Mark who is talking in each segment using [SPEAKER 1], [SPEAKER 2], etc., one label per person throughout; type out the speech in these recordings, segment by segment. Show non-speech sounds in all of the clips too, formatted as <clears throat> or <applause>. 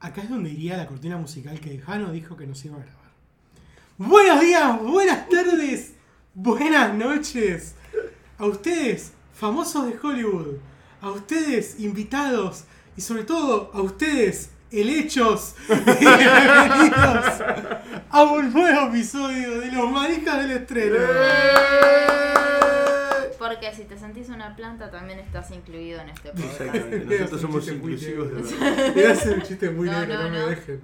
[SPEAKER 1] Acá es donde iría la cortina musical que Jano dijo que nos iba a grabar. Buenos días, buenas tardes, buenas noches. A ustedes, famosos de Hollywood, a ustedes, invitados, y sobre todo a ustedes, helechos, <laughs> bienvenidos a un nuevo episodio de Los Maricas del Estreno.
[SPEAKER 2] Porque si te sentís una planta también estás incluido en este podcast.
[SPEAKER 3] Exactamente,
[SPEAKER 1] Era un
[SPEAKER 3] nosotros somos
[SPEAKER 1] chiste muy
[SPEAKER 3] inclusivos de verdad.
[SPEAKER 1] Voy a hacer un chiste muy
[SPEAKER 2] No,
[SPEAKER 1] negro, no,
[SPEAKER 2] no,
[SPEAKER 1] me
[SPEAKER 2] no.
[SPEAKER 1] dejen.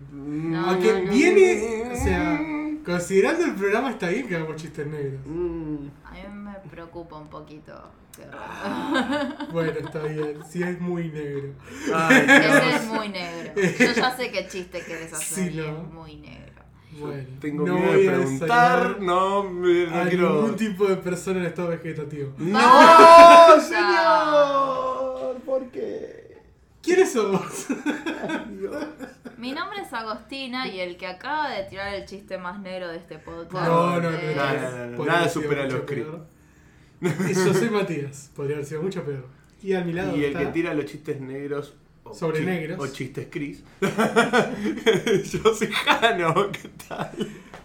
[SPEAKER 2] No,
[SPEAKER 1] Aunque
[SPEAKER 2] no, no.
[SPEAKER 1] viene, o sea, considerando el programa está bien que hagamos chistes negros.
[SPEAKER 3] Mm.
[SPEAKER 2] A mí me preocupa un poquito. que-
[SPEAKER 1] Bueno, está bien, sí es muy negro.
[SPEAKER 3] Ay,
[SPEAKER 2] Ese es
[SPEAKER 3] Dios.
[SPEAKER 2] muy negro. Yo ya sé qué chiste querés hacer.
[SPEAKER 1] Ah. Sí,
[SPEAKER 2] y
[SPEAKER 1] ¿no?
[SPEAKER 2] Es muy negro.
[SPEAKER 1] Bueno,
[SPEAKER 3] Tengo
[SPEAKER 1] no
[SPEAKER 3] miedo
[SPEAKER 1] voy
[SPEAKER 3] de
[SPEAKER 1] a
[SPEAKER 3] preguntar.
[SPEAKER 1] desayunar
[SPEAKER 3] No, me- no
[SPEAKER 1] a
[SPEAKER 3] quiero.
[SPEAKER 1] ningún tipo de persona en estado vegetativo.
[SPEAKER 3] ¡No,
[SPEAKER 2] señor!
[SPEAKER 3] ¡Oh, señor! ¿Por qué?
[SPEAKER 1] ¿Quiénes somos?
[SPEAKER 2] Mi nombre es Agostina y el que acaba de tirar el chiste más negro de este podcast.
[SPEAKER 1] No, no, no,
[SPEAKER 2] es-
[SPEAKER 3] No, no, no, no.
[SPEAKER 1] Podría
[SPEAKER 3] Nada
[SPEAKER 1] haber sido
[SPEAKER 3] supera
[SPEAKER 1] mucho
[SPEAKER 3] los cri-
[SPEAKER 1] peor. Y Yo soy Matías, podría haber sido mucho peor. Y a mi lado
[SPEAKER 3] Y el
[SPEAKER 1] está...
[SPEAKER 3] que tira los chistes negros. o
[SPEAKER 1] Sobre
[SPEAKER 3] chi-
[SPEAKER 1] negros.
[SPEAKER 3] O chistes Chris. <laughs> Yo soy Jano, ¿qué tal?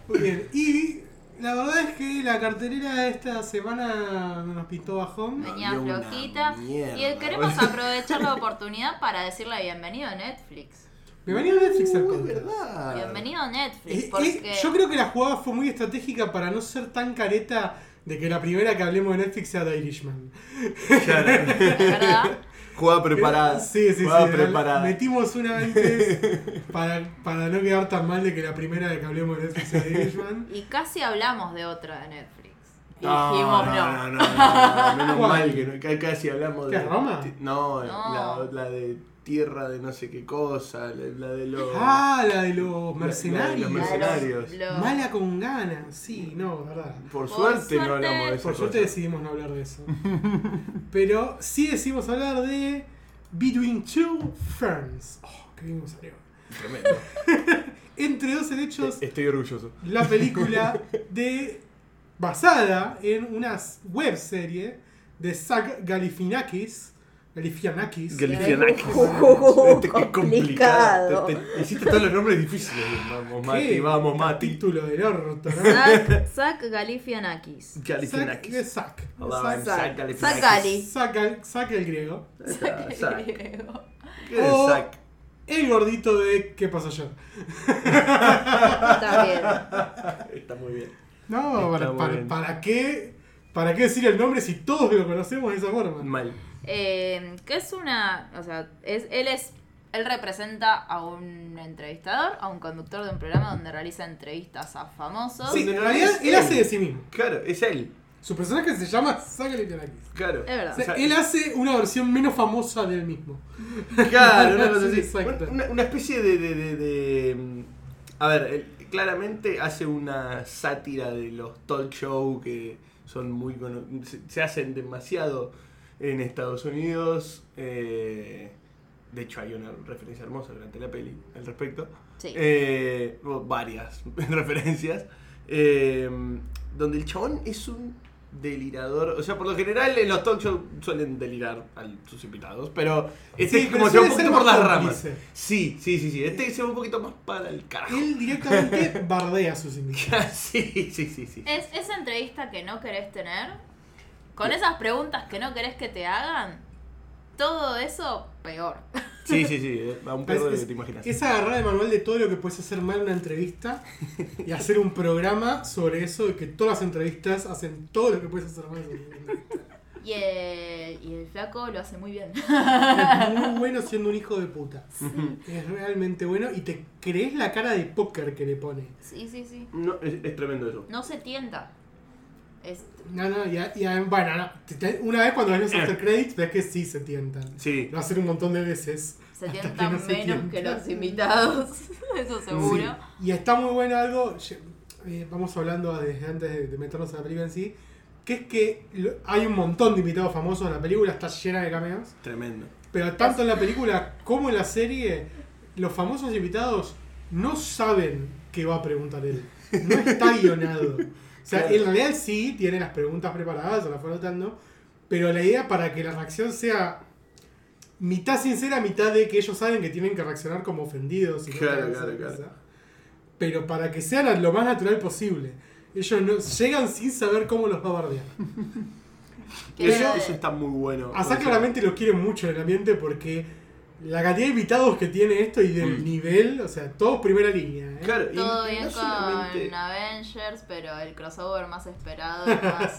[SPEAKER 1] Muy bien, y la verdad es que la cartelera de esta semana nos pintó bajón.
[SPEAKER 2] Venía
[SPEAKER 3] Había una
[SPEAKER 2] flojita.
[SPEAKER 3] mierda,
[SPEAKER 2] Y queremos
[SPEAKER 3] boludo.
[SPEAKER 2] aprovechar la oportunidad para decirle bienvenido a Netflix.
[SPEAKER 1] Bienvenido a Netflix al
[SPEAKER 3] Es
[SPEAKER 1] podcast.
[SPEAKER 3] verdad.
[SPEAKER 2] Bienvenido a
[SPEAKER 1] Eh,
[SPEAKER 2] Netflix.
[SPEAKER 1] eh,
[SPEAKER 2] Porque...
[SPEAKER 1] yo creo que la jugada fue muy estratégica para no ser tan careta de que la primera que hablemos de Netflix sea The Irishman.
[SPEAKER 3] Claro.
[SPEAKER 2] ¿Verdad?
[SPEAKER 3] Jugada preparada.
[SPEAKER 1] Sí, sí,
[SPEAKER 3] Jugada
[SPEAKER 1] sí.
[SPEAKER 3] preparada.
[SPEAKER 1] Metimos una <laughs> antes para, para no quedar tan mal de que la primera de que hablemos de Netflix sea The Irishman.
[SPEAKER 2] Y casi hablamos de otra de Netflix. Y
[SPEAKER 3] No,
[SPEAKER 2] dijimos no.
[SPEAKER 3] no, no, no, no, no, menos
[SPEAKER 1] ¿Cuál?
[SPEAKER 3] mal que no, ca- casi hablamos
[SPEAKER 1] ¿Qué,
[SPEAKER 3] de
[SPEAKER 1] Roma?
[SPEAKER 3] ti- No,
[SPEAKER 2] No.
[SPEAKER 3] La, la de tierra de no sé qué cosa, la, la de los...
[SPEAKER 1] Ah, la de los mercenarios.
[SPEAKER 3] La de los mercenarios.
[SPEAKER 2] Lo-
[SPEAKER 1] Mala con ganas, sí, no, verdad.
[SPEAKER 3] Por,
[SPEAKER 2] Por
[SPEAKER 3] suerte,
[SPEAKER 2] suerte.
[SPEAKER 3] no hablamos de eso.
[SPEAKER 1] Por suerte decidimos no hablar de <laughs> eso. Pero sí decidimos hablar de Between Two Ferns. Oh, qué bien me salió.
[SPEAKER 3] Tremendo.
[SPEAKER 1] Entre dos helechos,
[SPEAKER 3] Estoy orgulloso.
[SPEAKER 1] la película de basada en una s- web serie de Zach Galifianakis. Galifianakis.
[SPEAKER 2] <laughs>
[SPEAKER 3] Galifianakis.
[SPEAKER 4] Oh,
[SPEAKER 3] Este, qué
[SPEAKER 4] complicado.
[SPEAKER 3] Te- te- hiciste todos los nombres difíciles. Vamos, Mati,
[SPEAKER 1] Qué
[SPEAKER 3] vamos, Mati.
[SPEAKER 1] Título del orto, ¿no?
[SPEAKER 2] Zack Zack Galifianakis.
[SPEAKER 1] Zach,
[SPEAKER 3] Galifianakis.
[SPEAKER 1] es Zach.
[SPEAKER 3] Hola, I'm
[SPEAKER 1] Zach-
[SPEAKER 3] Zach
[SPEAKER 2] Zack
[SPEAKER 3] Galifianakis.
[SPEAKER 2] Gali.
[SPEAKER 1] Zach Gal- Zach el griego.
[SPEAKER 2] <laughs>
[SPEAKER 3] Zach. Zach. ¿Qué
[SPEAKER 1] O-
[SPEAKER 3] es Zach?
[SPEAKER 1] El gordito de ¿Qué pasó ayer?
[SPEAKER 2] Está bien.
[SPEAKER 3] Está muy bien.
[SPEAKER 1] No,
[SPEAKER 3] Está
[SPEAKER 1] para,
[SPEAKER 3] muy
[SPEAKER 1] para-
[SPEAKER 3] bien.
[SPEAKER 1] para qué, ¿para qué decir el nombre si todos lo conocemos de esa forma?
[SPEAKER 3] Mal.
[SPEAKER 2] Eh, que es una. O sea, es, él es. Él representa a un entrevistador, a un conductor de un programa donde realiza entrevistas a famosos.
[SPEAKER 1] Sí,
[SPEAKER 3] No,
[SPEAKER 1] en
[SPEAKER 3] no,
[SPEAKER 1] realidad
[SPEAKER 3] es
[SPEAKER 1] él
[SPEAKER 3] él.
[SPEAKER 1] hace de sí mismo.
[SPEAKER 3] Claro, es él.
[SPEAKER 1] Su personaje se llama Zack Galifianakis.
[SPEAKER 3] Claro.
[SPEAKER 2] Es verdad.
[SPEAKER 1] O sea, él hace una versión menos famosa del mismo.
[SPEAKER 3] <laughs> Claro, una cosa
[SPEAKER 1] Sí,
[SPEAKER 3] así.
[SPEAKER 1] exacto.
[SPEAKER 3] Una, una especie de, de- de- de, mm, A ver, él claramente hace una sátira de los talk show que son muy. cono- se- se hacen demasiado en Estados Unidos. eh, de hecho, hay una referencia hermosa durante la peli al respecto.
[SPEAKER 2] Sí.
[SPEAKER 3] Eh, o varias <laughs> referencias. eh, donde el chabón es un delirador. O sea, por lo general en los talk shows suelen delirar a sus invitados. Pero este
[SPEAKER 1] Sí,
[SPEAKER 3] es
[SPEAKER 1] pero
[SPEAKER 3] como se va un
[SPEAKER 1] suele ser
[SPEAKER 3] poquito por
[SPEAKER 1] más
[SPEAKER 3] las ramas.
[SPEAKER 1] cómplice.
[SPEAKER 3] Sí, sí, sí, sí. Este se va un poquito más para el carajo.
[SPEAKER 1] Él directamente bardea a sus invitados.
[SPEAKER 3] <laughs> sí, sí, sí, sí.
[SPEAKER 2] Es esa entrevista que no querés tener, con esas preguntas que no querés que te hagan, todo eso peor.
[SPEAKER 3] Sí, sí, sí. eh, A un
[SPEAKER 1] Es,
[SPEAKER 3] pedo de
[SPEAKER 1] es-
[SPEAKER 3] te imaginas.
[SPEAKER 1] es agarrar el manual de todo lo que puedes hacer mal en una entrevista y hacer un programa sobre eso de que todas las entrevistas hacen todo lo que puedes hacer mal. en una entrevista.
[SPEAKER 2] Y el, y el flaco lo hace muy bien. <laughs>
[SPEAKER 1] Es muy bueno siendo un hijo de puta. Es realmente bueno y te crees la cara de póker que le pone.
[SPEAKER 2] Sí, sí, sí.
[SPEAKER 3] No, es, es tremendo eso.
[SPEAKER 2] No se tienta. Es,
[SPEAKER 1] No, no, y, a- y a- bueno, no, te- te- una vez cuando ves los after credits ves que sí se tientan.
[SPEAKER 3] Eh. Sí.
[SPEAKER 1] Lo hacen un montón de veces.
[SPEAKER 2] se
[SPEAKER 1] Hasta
[SPEAKER 2] tientan
[SPEAKER 1] que no se
[SPEAKER 2] menos que
[SPEAKER 1] tienta.
[SPEAKER 2] los invitados, <laughs> eso seguro.
[SPEAKER 1] Sí. Y está muy bueno algo, ye- eh, vamos hablando desde antes de, de meternos en la película en sí, que es que lo- hay un montón de invitados famosos en la película, está llena de cameos,
[SPEAKER 3] Tremendo.
[SPEAKER 1] pero tanto en la película como en la serie, los famosos invitados no saben qué va a preguntar él. No
[SPEAKER 3] <laughs>
[SPEAKER 1] está guionado. O sea,
[SPEAKER 3] Claro.
[SPEAKER 1] en realidad él sí tiene las preguntas preparadas, se las fue anotando, pero la idea para que la reacción sea mitad sincera, mitad de que ellos saben que tienen que reaccionar como ofendidos. Y no
[SPEAKER 3] Claro,
[SPEAKER 1] cagarse
[SPEAKER 3] claro,
[SPEAKER 1] de
[SPEAKER 3] claro.
[SPEAKER 1] risa. Pero para que sean lo más natural posible. Ellos no, llegan sin saber cómo los va a bardear.
[SPEAKER 2] Que
[SPEAKER 3] Eso,
[SPEAKER 2] era de-
[SPEAKER 3] eso está muy bueno. O
[SPEAKER 1] Asá
[SPEAKER 3] sea,
[SPEAKER 1] claramente los quieren mucho en el ambiente porque la cantidad de invitados que tiene esto y del
[SPEAKER 3] Mm.
[SPEAKER 1] nivel, o sea, todos primera línea. ¿eh?
[SPEAKER 3] Claro, y
[SPEAKER 2] Todo
[SPEAKER 3] y
[SPEAKER 2] bien
[SPEAKER 3] no
[SPEAKER 2] con
[SPEAKER 3] solamente-
[SPEAKER 2] Avengers, pero el crossover más esperado y
[SPEAKER 1] <laughs>
[SPEAKER 2] más.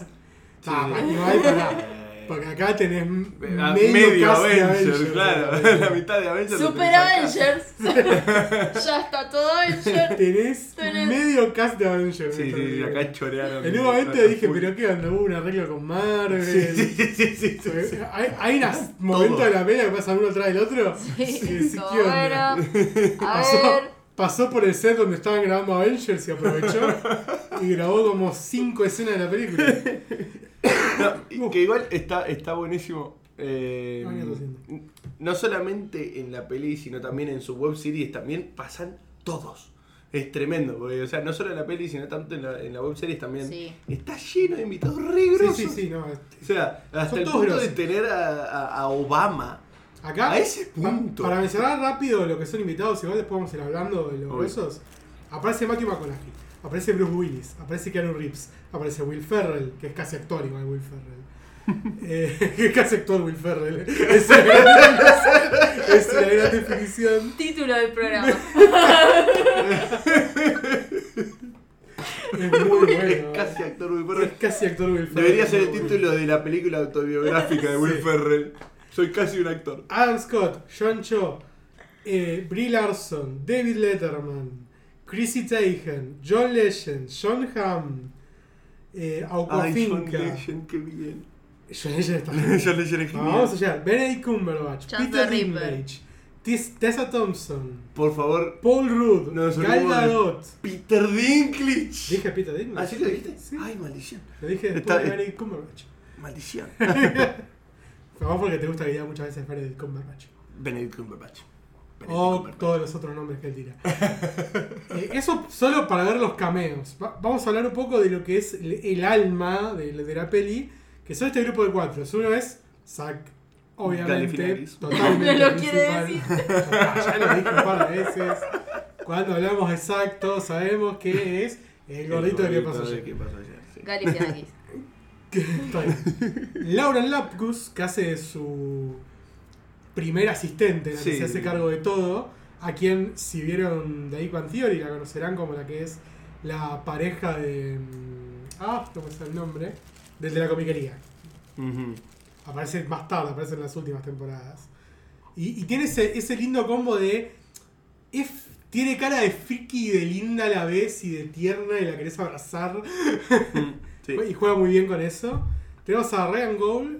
[SPEAKER 3] Sí.
[SPEAKER 1] Ah, igual para-
[SPEAKER 3] <laughs> Eh,
[SPEAKER 1] Porque acá tenés
[SPEAKER 3] a-
[SPEAKER 1] medio,
[SPEAKER 3] Ah, medio,
[SPEAKER 1] casi
[SPEAKER 3] Avengers,
[SPEAKER 1] Avengers,
[SPEAKER 3] claro.
[SPEAKER 1] o sea,
[SPEAKER 3] <laughs> la mitad de Avengers. lo
[SPEAKER 2] ¡Super
[SPEAKER 3] tenés acá.
[SPEAKER 2] Avengers! ya está todo Avengers.
[SPEAKER 1] <laughs> Tenés
[SPEAKER 2] Tenés-
[SPEAKER 1] medio cast de Avengers.
[SPEAKER 3] Sí, sí, sí, acá chorearon.
[SPEAKER 1] En un momento dije,
[SPEAKER 3] Full.
[SPEAKER 1] pero qué onda, hubo un arreglo con Marvel.
[SPEAKER 3] <laughs> Sí, sí, sí, sí, sí, sí.
[SPEAKER 1] Eh, <laughs> Hay, hay unos momentos de la pelea que pasan uno atrás del otro. Sí, sí,
[SPEAKER 2] Como,
[SPEAKER 1] ¿qué onda?
[SPEAKER 2] bueno, a
[SPEAKER 1] pasó?
[SPEAKER 2] ver.
[SPEAKER 1] Pasó por el set donde estaban grabando Avengers y aprovechó y grabó como cinco escenas de la
[SPEAKER 3] <laughs>
[SPEAKER 1] película.
[SPEAKER 3] No, y que igual está, está buenísimo. eh,
[SPEAKER 1] Ay, lo Ah, siento.
[SPEAKER 3] no solamente en la peli, sino también en su web series, también pasan todos. Es tremendo, porque, o sea, no solo en la peli, sino tanto en la, en la web series también.
[SPEAKER 2] Sí.
[SPEAKER 3] Está lleno de invitados re
[SPEAKER 1] Sí,
[SPEAKER 3] grosos.
[SPEAKER 1] sí, sí, no.
[SPEAKER 3] O sea, hasta
[SPEAKER 1] Son
[SPEAKER 3] el
[SPEAKER 1] todos
[SPEAKER 3] punto de
[SPEAKER 1] grosos.
[SPEAKER 3] tener a, a- a Obama.
[SPEAKER 1] Acá,
[SPEAKER 3] A ese
[SPEAKER 1] pa-
[SPEAKER 3] punto.
[SPEAKER 1] para mencionar rápido lo que son invitados, igual después vamos a ir hablando de los
[SPEAKER 3] Obvio.
[SPEAKER 1] huesos. Aparece Matthew McConaughey, aparece Bruce Willis, aparece Keanu Reeves, aparece Will Ferrell, que es casi actor igual Will Ferrell.
[SPEAKER 3] <laughs>
[SPEAKER 1] Eh, <laughs> que es casi actor Will Ferrell. Es la gran- es la gran definición.
[SPEAKER 2] Título
[SPEAKER 1] <laughs>
[SPEAKER 2] del programa.
[SPEAKER 1] Es muy
[SPEAKER 3] <laughs> Es
[SPEAKER 1] bueno. eh.
[SPEAKER 3] casi actor muy
[SPEAKER 1] Es
[SPEAKER 3] perro.
[SPEAKER 1] casi actor Will Ferrell.
[SPEAKER 3] Debería ser el
[SPEAKER 1] Muy
[SPEAKER 3] título de la película autobiográfica de Will
[SPEAKER 1] Sí.
[SPEAKER 3] Ferrell. Soy casi un actor.
[SPEAKER 1] Adam Scott, John Cho, eh, Brie Larson, David Letterman, Chrissy Teigen, John Legend, John Hamm, eh,
[SPEAKER 3] Ay, John
[SPEAKER 1] Aquafinca.
[SPEAKER 3] Legend, qué bien.
[SPEAKER 1] John Legend
[SPEAKER 3] <laughs>
[SPEAKER 1] está
[SPEAKER 3] John Legend es
[SPEAKER 1] No,
[SPEAKER 3] genial.
[SPEAKER 1] Vamos allá. Benedict Cumberbatch,
[SPEAKER 2] Chance
[SPEAKER 1] Peter
[SPEAKER 2] the Ripper.
[SPEAKER 1] Dinklage, Tis- Tessa Thompson,
[SPEAKER 3] Por favor,
[SPEAKER 1] Paul Rudd,
[SPEAKER 3] No, eso
[SPEAKER 1] Gal
[SPEAKER 3] no vale.
[SPEAKER 1] Gadot.
[SPEAKER 3] Peter Dinklage.
[SPEAKER 1] Dije Peter Dinklage.
[SPEAKER 3] ¿Así ¿Ah, lo dijiste?
[SPEAKER 1] Sí.
[SPEAKER 3] Ay, maldición.
[SPEAKER 1] Lo dije después
[SPEAKER 3] Está-
[SPEAKER 1] de Benedict Cumberbatch.
[SPEAKER 3] Maldición.
[SPEAKER 1] Vamos porque te gusta que diga muchas veces Benedict Cumberbatch.
[SPEAKER 3] Benedict Cumberbatch. Benedict
[SPEAKER 1] O
[SPEAKER 3] Cumberbatch.
[SPEAKER 1] todos los otros nombres que él tira. <laughs> Eh, eso solo para ver los cameos. Va- vamos a hablar un poco de lo que es el, el alma de, la- de la peli, que son este grupo de cuatro. Uno es Zack, obviamente.
[SPEAKER 3] Galifianakis.
[SPEAKER 1] <laughs> Totalmente
[SPEAKER 2] No lo quiere
[SPEAKER 1] principal. <laughs> Ya, ya lo dije un par de veces. Cuando hablamos de Zack, todos sabemos que es el gordito de qué pasó
[SPEAKER 3] de
[SPEAKER 1] ayer.
[SPEAKER 3] qué pasó ayer, sí.
[SPEAKER 2] Galifianakis.
[SPEAKER 1] Que- está bien. Lauren Lapkus, que hace de su primer asistente, la que
[SPEAKER 3] Sí.
[SPEAKER 1] se hace cargo de todo, a quien si vieron The Big Bang Theory la conocerán como la que es la pareja de... mm, Ah, no me sale el nombre. Desde la comiquería.
[SPEAKER 3] Ujú.
[SPEAKER 1] Aparece más tarde, aparece en las últimas temporadas. Y, y tiene ese, ese lindo combo de... es- tiene cara de friki y de linda a la vez y de tierna y la querés abrazar.
[SPEAKER 3] Sí.
[SPEAKER 1] Y juega muy bien con eso. Tenemos a Ryan Gould,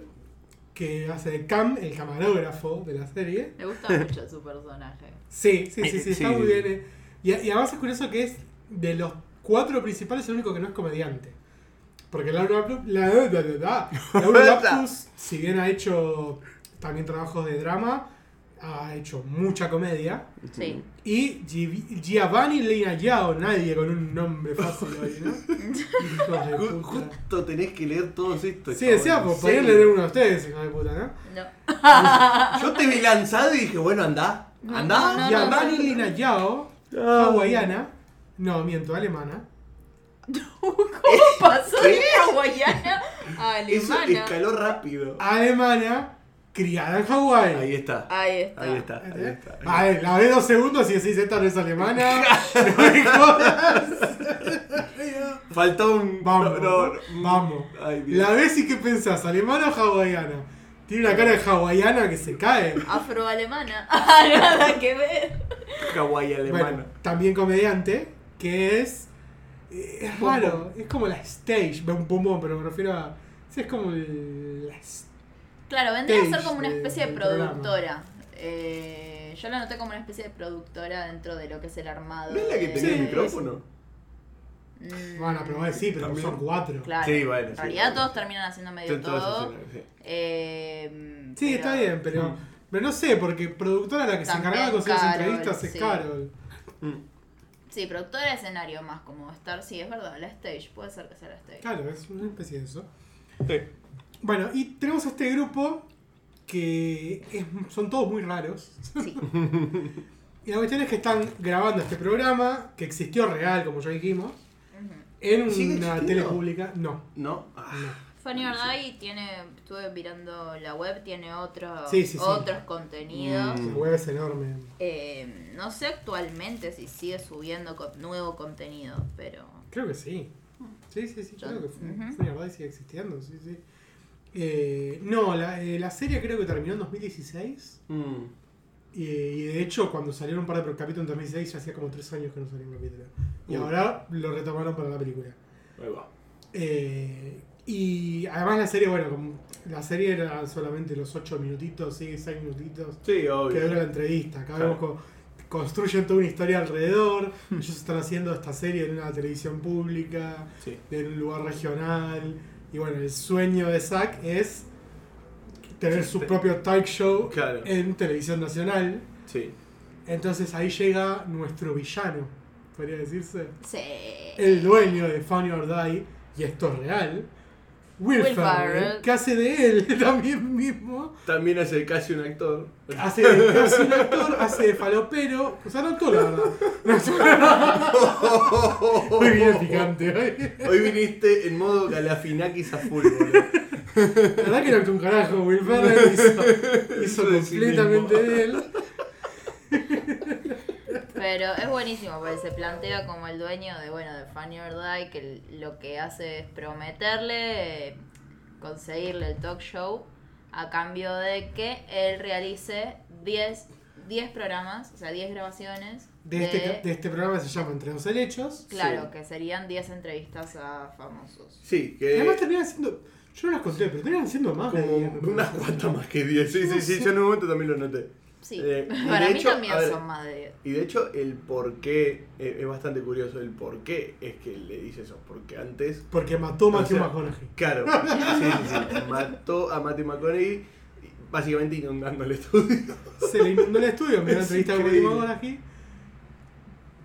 [SPEAKER 1] que hace de Cam, el camarógrafo de la serie.
[SPEAKER 2] Me gusta mucho su personaje.
[SPEAKER 1] Sí, sí, sí, sí,
[SPEAKER 3] Sí,
[SPEAKER 1] está muy
[SPEAKER 3] sí.
[SPEAKER 1] bien. eh. Y, y además es curioso que es de los cuatro principales el único que no es comediante. Porque Laura Lapkus, la, la- la- la-
[SPEAKER 3] <laughs>
[SPEAKER 1] Laura Lapkus, si bien ha hecho también trabajos de drama, ha hecho mucha comedia.
[SPEAKER 2] Sí.
[SPEAKER 1] Y Gi- Giovanni Leina Yao, nadie con un nombre fácil hoy, ¿no? Hijos de
[SPEAKER 3] Ju-
[SPEAKER 1] puta.
[SPEAKER 3] Justo tenés que leer todos estos.
[SPEAKER 1] Sí,
[SPEAKER 3] chabón,
[SPEAKER 1] decía,
[SPEAKER 3] en
[SPEAKER 1] pues
[SPEAKER 3] serio.
[SPEAKER 1] podrían leer uno de ustedes, hijo de puta, ¿no?
[SPEAKER 2] No.
[SPEAKER 3] Yo te vi lanzado y dije, bueno, andá.
[SPEAKER 2] No,
[SPEAKER 3] Andá.
[SPEAKER 2] no,
[SPEAKER 1] y
[SPEAKER 2] no,
[SPEAKER 1] a
[SPEAKER 2] no.
[SPEAKER 1] Dani Lina Yao,
[SPEAKER 3] Ah.
[SPEAKER 1] hawaiana, no, miento, alemana.
[SPEAKER 2] Pasó de hawaiana a
[SPEAKER 3] ¿Eh? Eso
[SPEAKER 2] alemana.
[SPEAKER 3] escaló rápido.
[SPEAKER 1] Alemana, criada en Hawái.
[SPEAKER 3] Ahí está.
[SPEAKER 2] Ahí está.
[SPEAKER 3] Ahí está. Ahí
[SPEAKER 1] Ah, ¿Entendés?
[SPEAKER 3] está.
[SPEAKER 1] A ver, la ve dos segundos y decís, esta no es
[SPEAKER 3] <laughs>
[SPEAKER 1] alemana. no me jodas.
[SPEAKER 3] Faltó un.
[SPEAKER 1] Vamos,
[SPEAKER 3] no, no, no.
[SPEAKER 1] vamos.
[SPEAKER 3] Ay, Dios.
[SPEAKER 1] La ves y qué pensás, alemana o hawaiana. Tiene una cara de hawaiana que se cae.
[SPEAKER 2] Afroalemana. <laughs> Ah, nada que ver.
[SPEAKER 3] Hawái alemana.
[SPEAKER 1] Bueno, también comediante, que es. eh, Es
[SPEAKER 3] Bombón.
[SPEAKER 1] raro, es como la stage, un bombón, pero me refiero a. sí, es como el- la s-
[SPEAKER 2] Claro, vendría a ser
[SPEAKER 1] Stage
[SPEAKER 2] como una
[SPEAKER 1] de-
[SPEAKER 2] especie de
[SPEAKER 1] del programa.
[SPEAKER 2] productora. Eh, yo la noté como una especie de productora dentro de lo que es el armado.
[SPEAKER 3] ¿No es la que
[SPEAKER 2] de-
[SPEAKER 3] tenía el
[SPEAKER 1] Sí.
[SPEAKER 3] micrófono?
[SPEAKER 2] Mm,
[SPEAKER 1] Bueno, pero vos decís, pero
[SPEAKER 3] También.
[SPEAKER 1] son cuatro.
[SPEAKER 2] Claro.
[SPEAKER 3] Sí, bueno,
[SPEAKER 2] En
[SPEAKER 3] sí.
[SPEAKER 2] realidad todos terminan haciendo medio
[SPEAKER 3] Son todas
[SPEAKER 2] todo.
[SPEAKER 3] escenas, sí.
[SPEAKER 2] Eh,
[SPEAKER 1] Sí,
[SPEAKER 2] pero-
[SPEAKER 1] está bien, pero. Pero no sé, porque productora la que se
[SPEAKER 2] También
[SPEAKER 1] encargaba de conseguir las
[SPEAKER 2] Carol,
[SPEAKER 1] entrevistas es
[SPEAKER 2] sí.
[SPEAKER 1] Carol.
[SPEAKER 3] Mm.
[SPEAKER 2] Sí, productora de escenario más como estar. Sí, es verdad, la stage. Puede ser que sea la stage.
[SPEAKER 1] Claro, es una especie de eso.
[SPEAKER 3] Sí.
[SPEAKER 1] Bueno, y tenemos este grupo que es- son todos muy raros.
[SPEAKER 2] Sí.
[SPEAKER 1] <laughs> Y la cuestión es que están grabando este programa, que existió real, como ya dijimos,
[SPEAKER 2] Ujú.
[SPEAKER 1] en una
[SPEAKER 3] ¿Sigue existiendo?
[SPEAKER 1] tele pública. No.
[SPEAKER 3] ¿No? Ah,
[SPEAKER 2] Funny or Die tiene, estuve mirando la web, tiene otro,
[SPEAKER 1] Sí, sí, sí.
[SPEAKER 2] otros contenidos.
[SPEAKER 3] Mm.
[SPEAKER 1] La web es enorme.
[SPEAKER 2] Eh, no sé actualmente si sigue subiendo con- nuevo contenido, pero
[SPEAKER 1] Creo que sí. Sí, sí, sí,
[SPEAKER 2] Yo-
[SPEAKER 1] creo que fue.
[SPEAKER 2] Ujú.
[SPEAKER 1] Funny or Die sigue existiendo, sí, sí. Eh, no, la, eh, la serie creo que terminó en 2016.
[SPEAKER 3] mm.
[SPEAKER 1] Y, y de hecho, cuando salieron un par de capítulos en 2016, ya hacía como tres años que no salía un capítulo. Y
[SPEAKER 3] Uh.
[SPEAKER 1] ahora lo retomaron para la película.
[SPEAKER 3] Ahí va.
[SPEAKER 1] Eh, y además la serie, bueno, como la serie era solamente los 8 minutitos, 6 minutitos
[SPEAKER 3] Sí,
[SPEAKER 1] que
[SPEAKER 3] obvio.
[SPEAKER 1] dura la entrevista. Acá
[SPEAKER 3] Claro.
[SPEAKER 1] vemos cómo construyen toda una historia alrededor. Ellos están haciendo esta serie en una televisión pública,
[SPEAKER 3] Sí.
[SPEAKER 1] en un lugar regional. Y bueno, el sueño de Zack es tener
[SPEAKER 3] Sí,
[SPEAKER 1] su
[SPEAKER 3] te-
[SPEAKER 1] propio talk show
[SPEAKER 3] Claro.
[SPEAKER 1] en televisión nacional.
[SPEAKER 3] Sí.
[SPEAKER 1] Entonces ahí llega nuestro villano, podría decirse
[SPEAKER 2] se...
[SPEAKER 1] el dueño de Funny or Die, y esto es real, Will,
[SPEAKER 2] Will
[SPEAKER 1] Ferrell,
[SPEAKER 2] Ferrell.
[SPEAKER 1] que hace de él <laughs> también mismo,
[SPEAKER 3] También hace casi un actor.
[SPEAKER 1] hace de hace un actor, hace de falopero, o sea, no actor, la verdad. Muy bien picante, ¿eh?
[SPEAKER 3] Hoy viniste en modo Galafinakis a full, boludo.
[SPEAKER 1] La verdad que no actuó un carajo, Will Ferrell hizo, hizo
[SPEAKER 3] Hizo de sí
[SPEAKER 1] completamente
[SPEAKER 3] mismo.
[SPEAKER 1] de él.
[SPEAKER 2] Pero es buenísimo porque se plantea como el dueño de, bueno, de Funny or Die, que l- lo que hace es prometerle eh, conseguirle el talk show a cambio de que él realice 10, 10 programas, o sea, 10 grabaciones
[SPEAKER 1] De
[SPEAKER 2] Eh.
[SPEAKER 1] este, de este programa se llama Entre dos helechos.
[SPEAKER 2] Claro,
[SPEAKER 3] Sí.
[SPEAKER 2] que serían 10 entrevistas a famosos.
[SPEAKER 3] Sí,
[SPEAKER 1] Y
[SPEAKER 3] que.
[SPEAKER 1] además terminan haciendo, yo no las conté, pero terminan haciendo más. de
[SPEAKER 3] Eh. Como
[SPEAKER 1] diez, me parece.
[SPEAKER 3] unas cuantas más que 10. Sí,
[SPEAKER 1] No
[SPEAKER 3] sí, sí.
[SPEAKER 1] sé.
[SPEAKER 3] Yo en un momento también lo noté.
[SPEAKER 2] Sí,
[SPEAKER 3] Eh, y
[SPEAKER 2] para
[SPEAKER 3] de
[SPEAKER 2] mí
[SPEAKER 3] hecho,
[SPEAKER 2] también
[SPEAKER 3] a ver,
[SPEAKER 2] son más de 10.
[SPEAKER 3] Y de hecho, el por qué eh, es bastante curioso. El por qué es que le dice eso. Porque antes,
[SPEAKER 1] Porque mató a Matthew
[SPEAKER 3] O sea,
[SPEAKER 1] McConaughey.
[SPEAKER 2] <laughs>
[SPEAKER 3] claro, sí, sí, sí, mató a Matthew McConaughey, básicamente inundando el estudio.
[SPEAKER 1] Se le inundó el estudio, me dio una
[SPEAKER 3] Es
[SPEAKER 1] entrevista con Matthew
[SPEAKER 3] increíble.
[SPEAKER 1] McConaughey.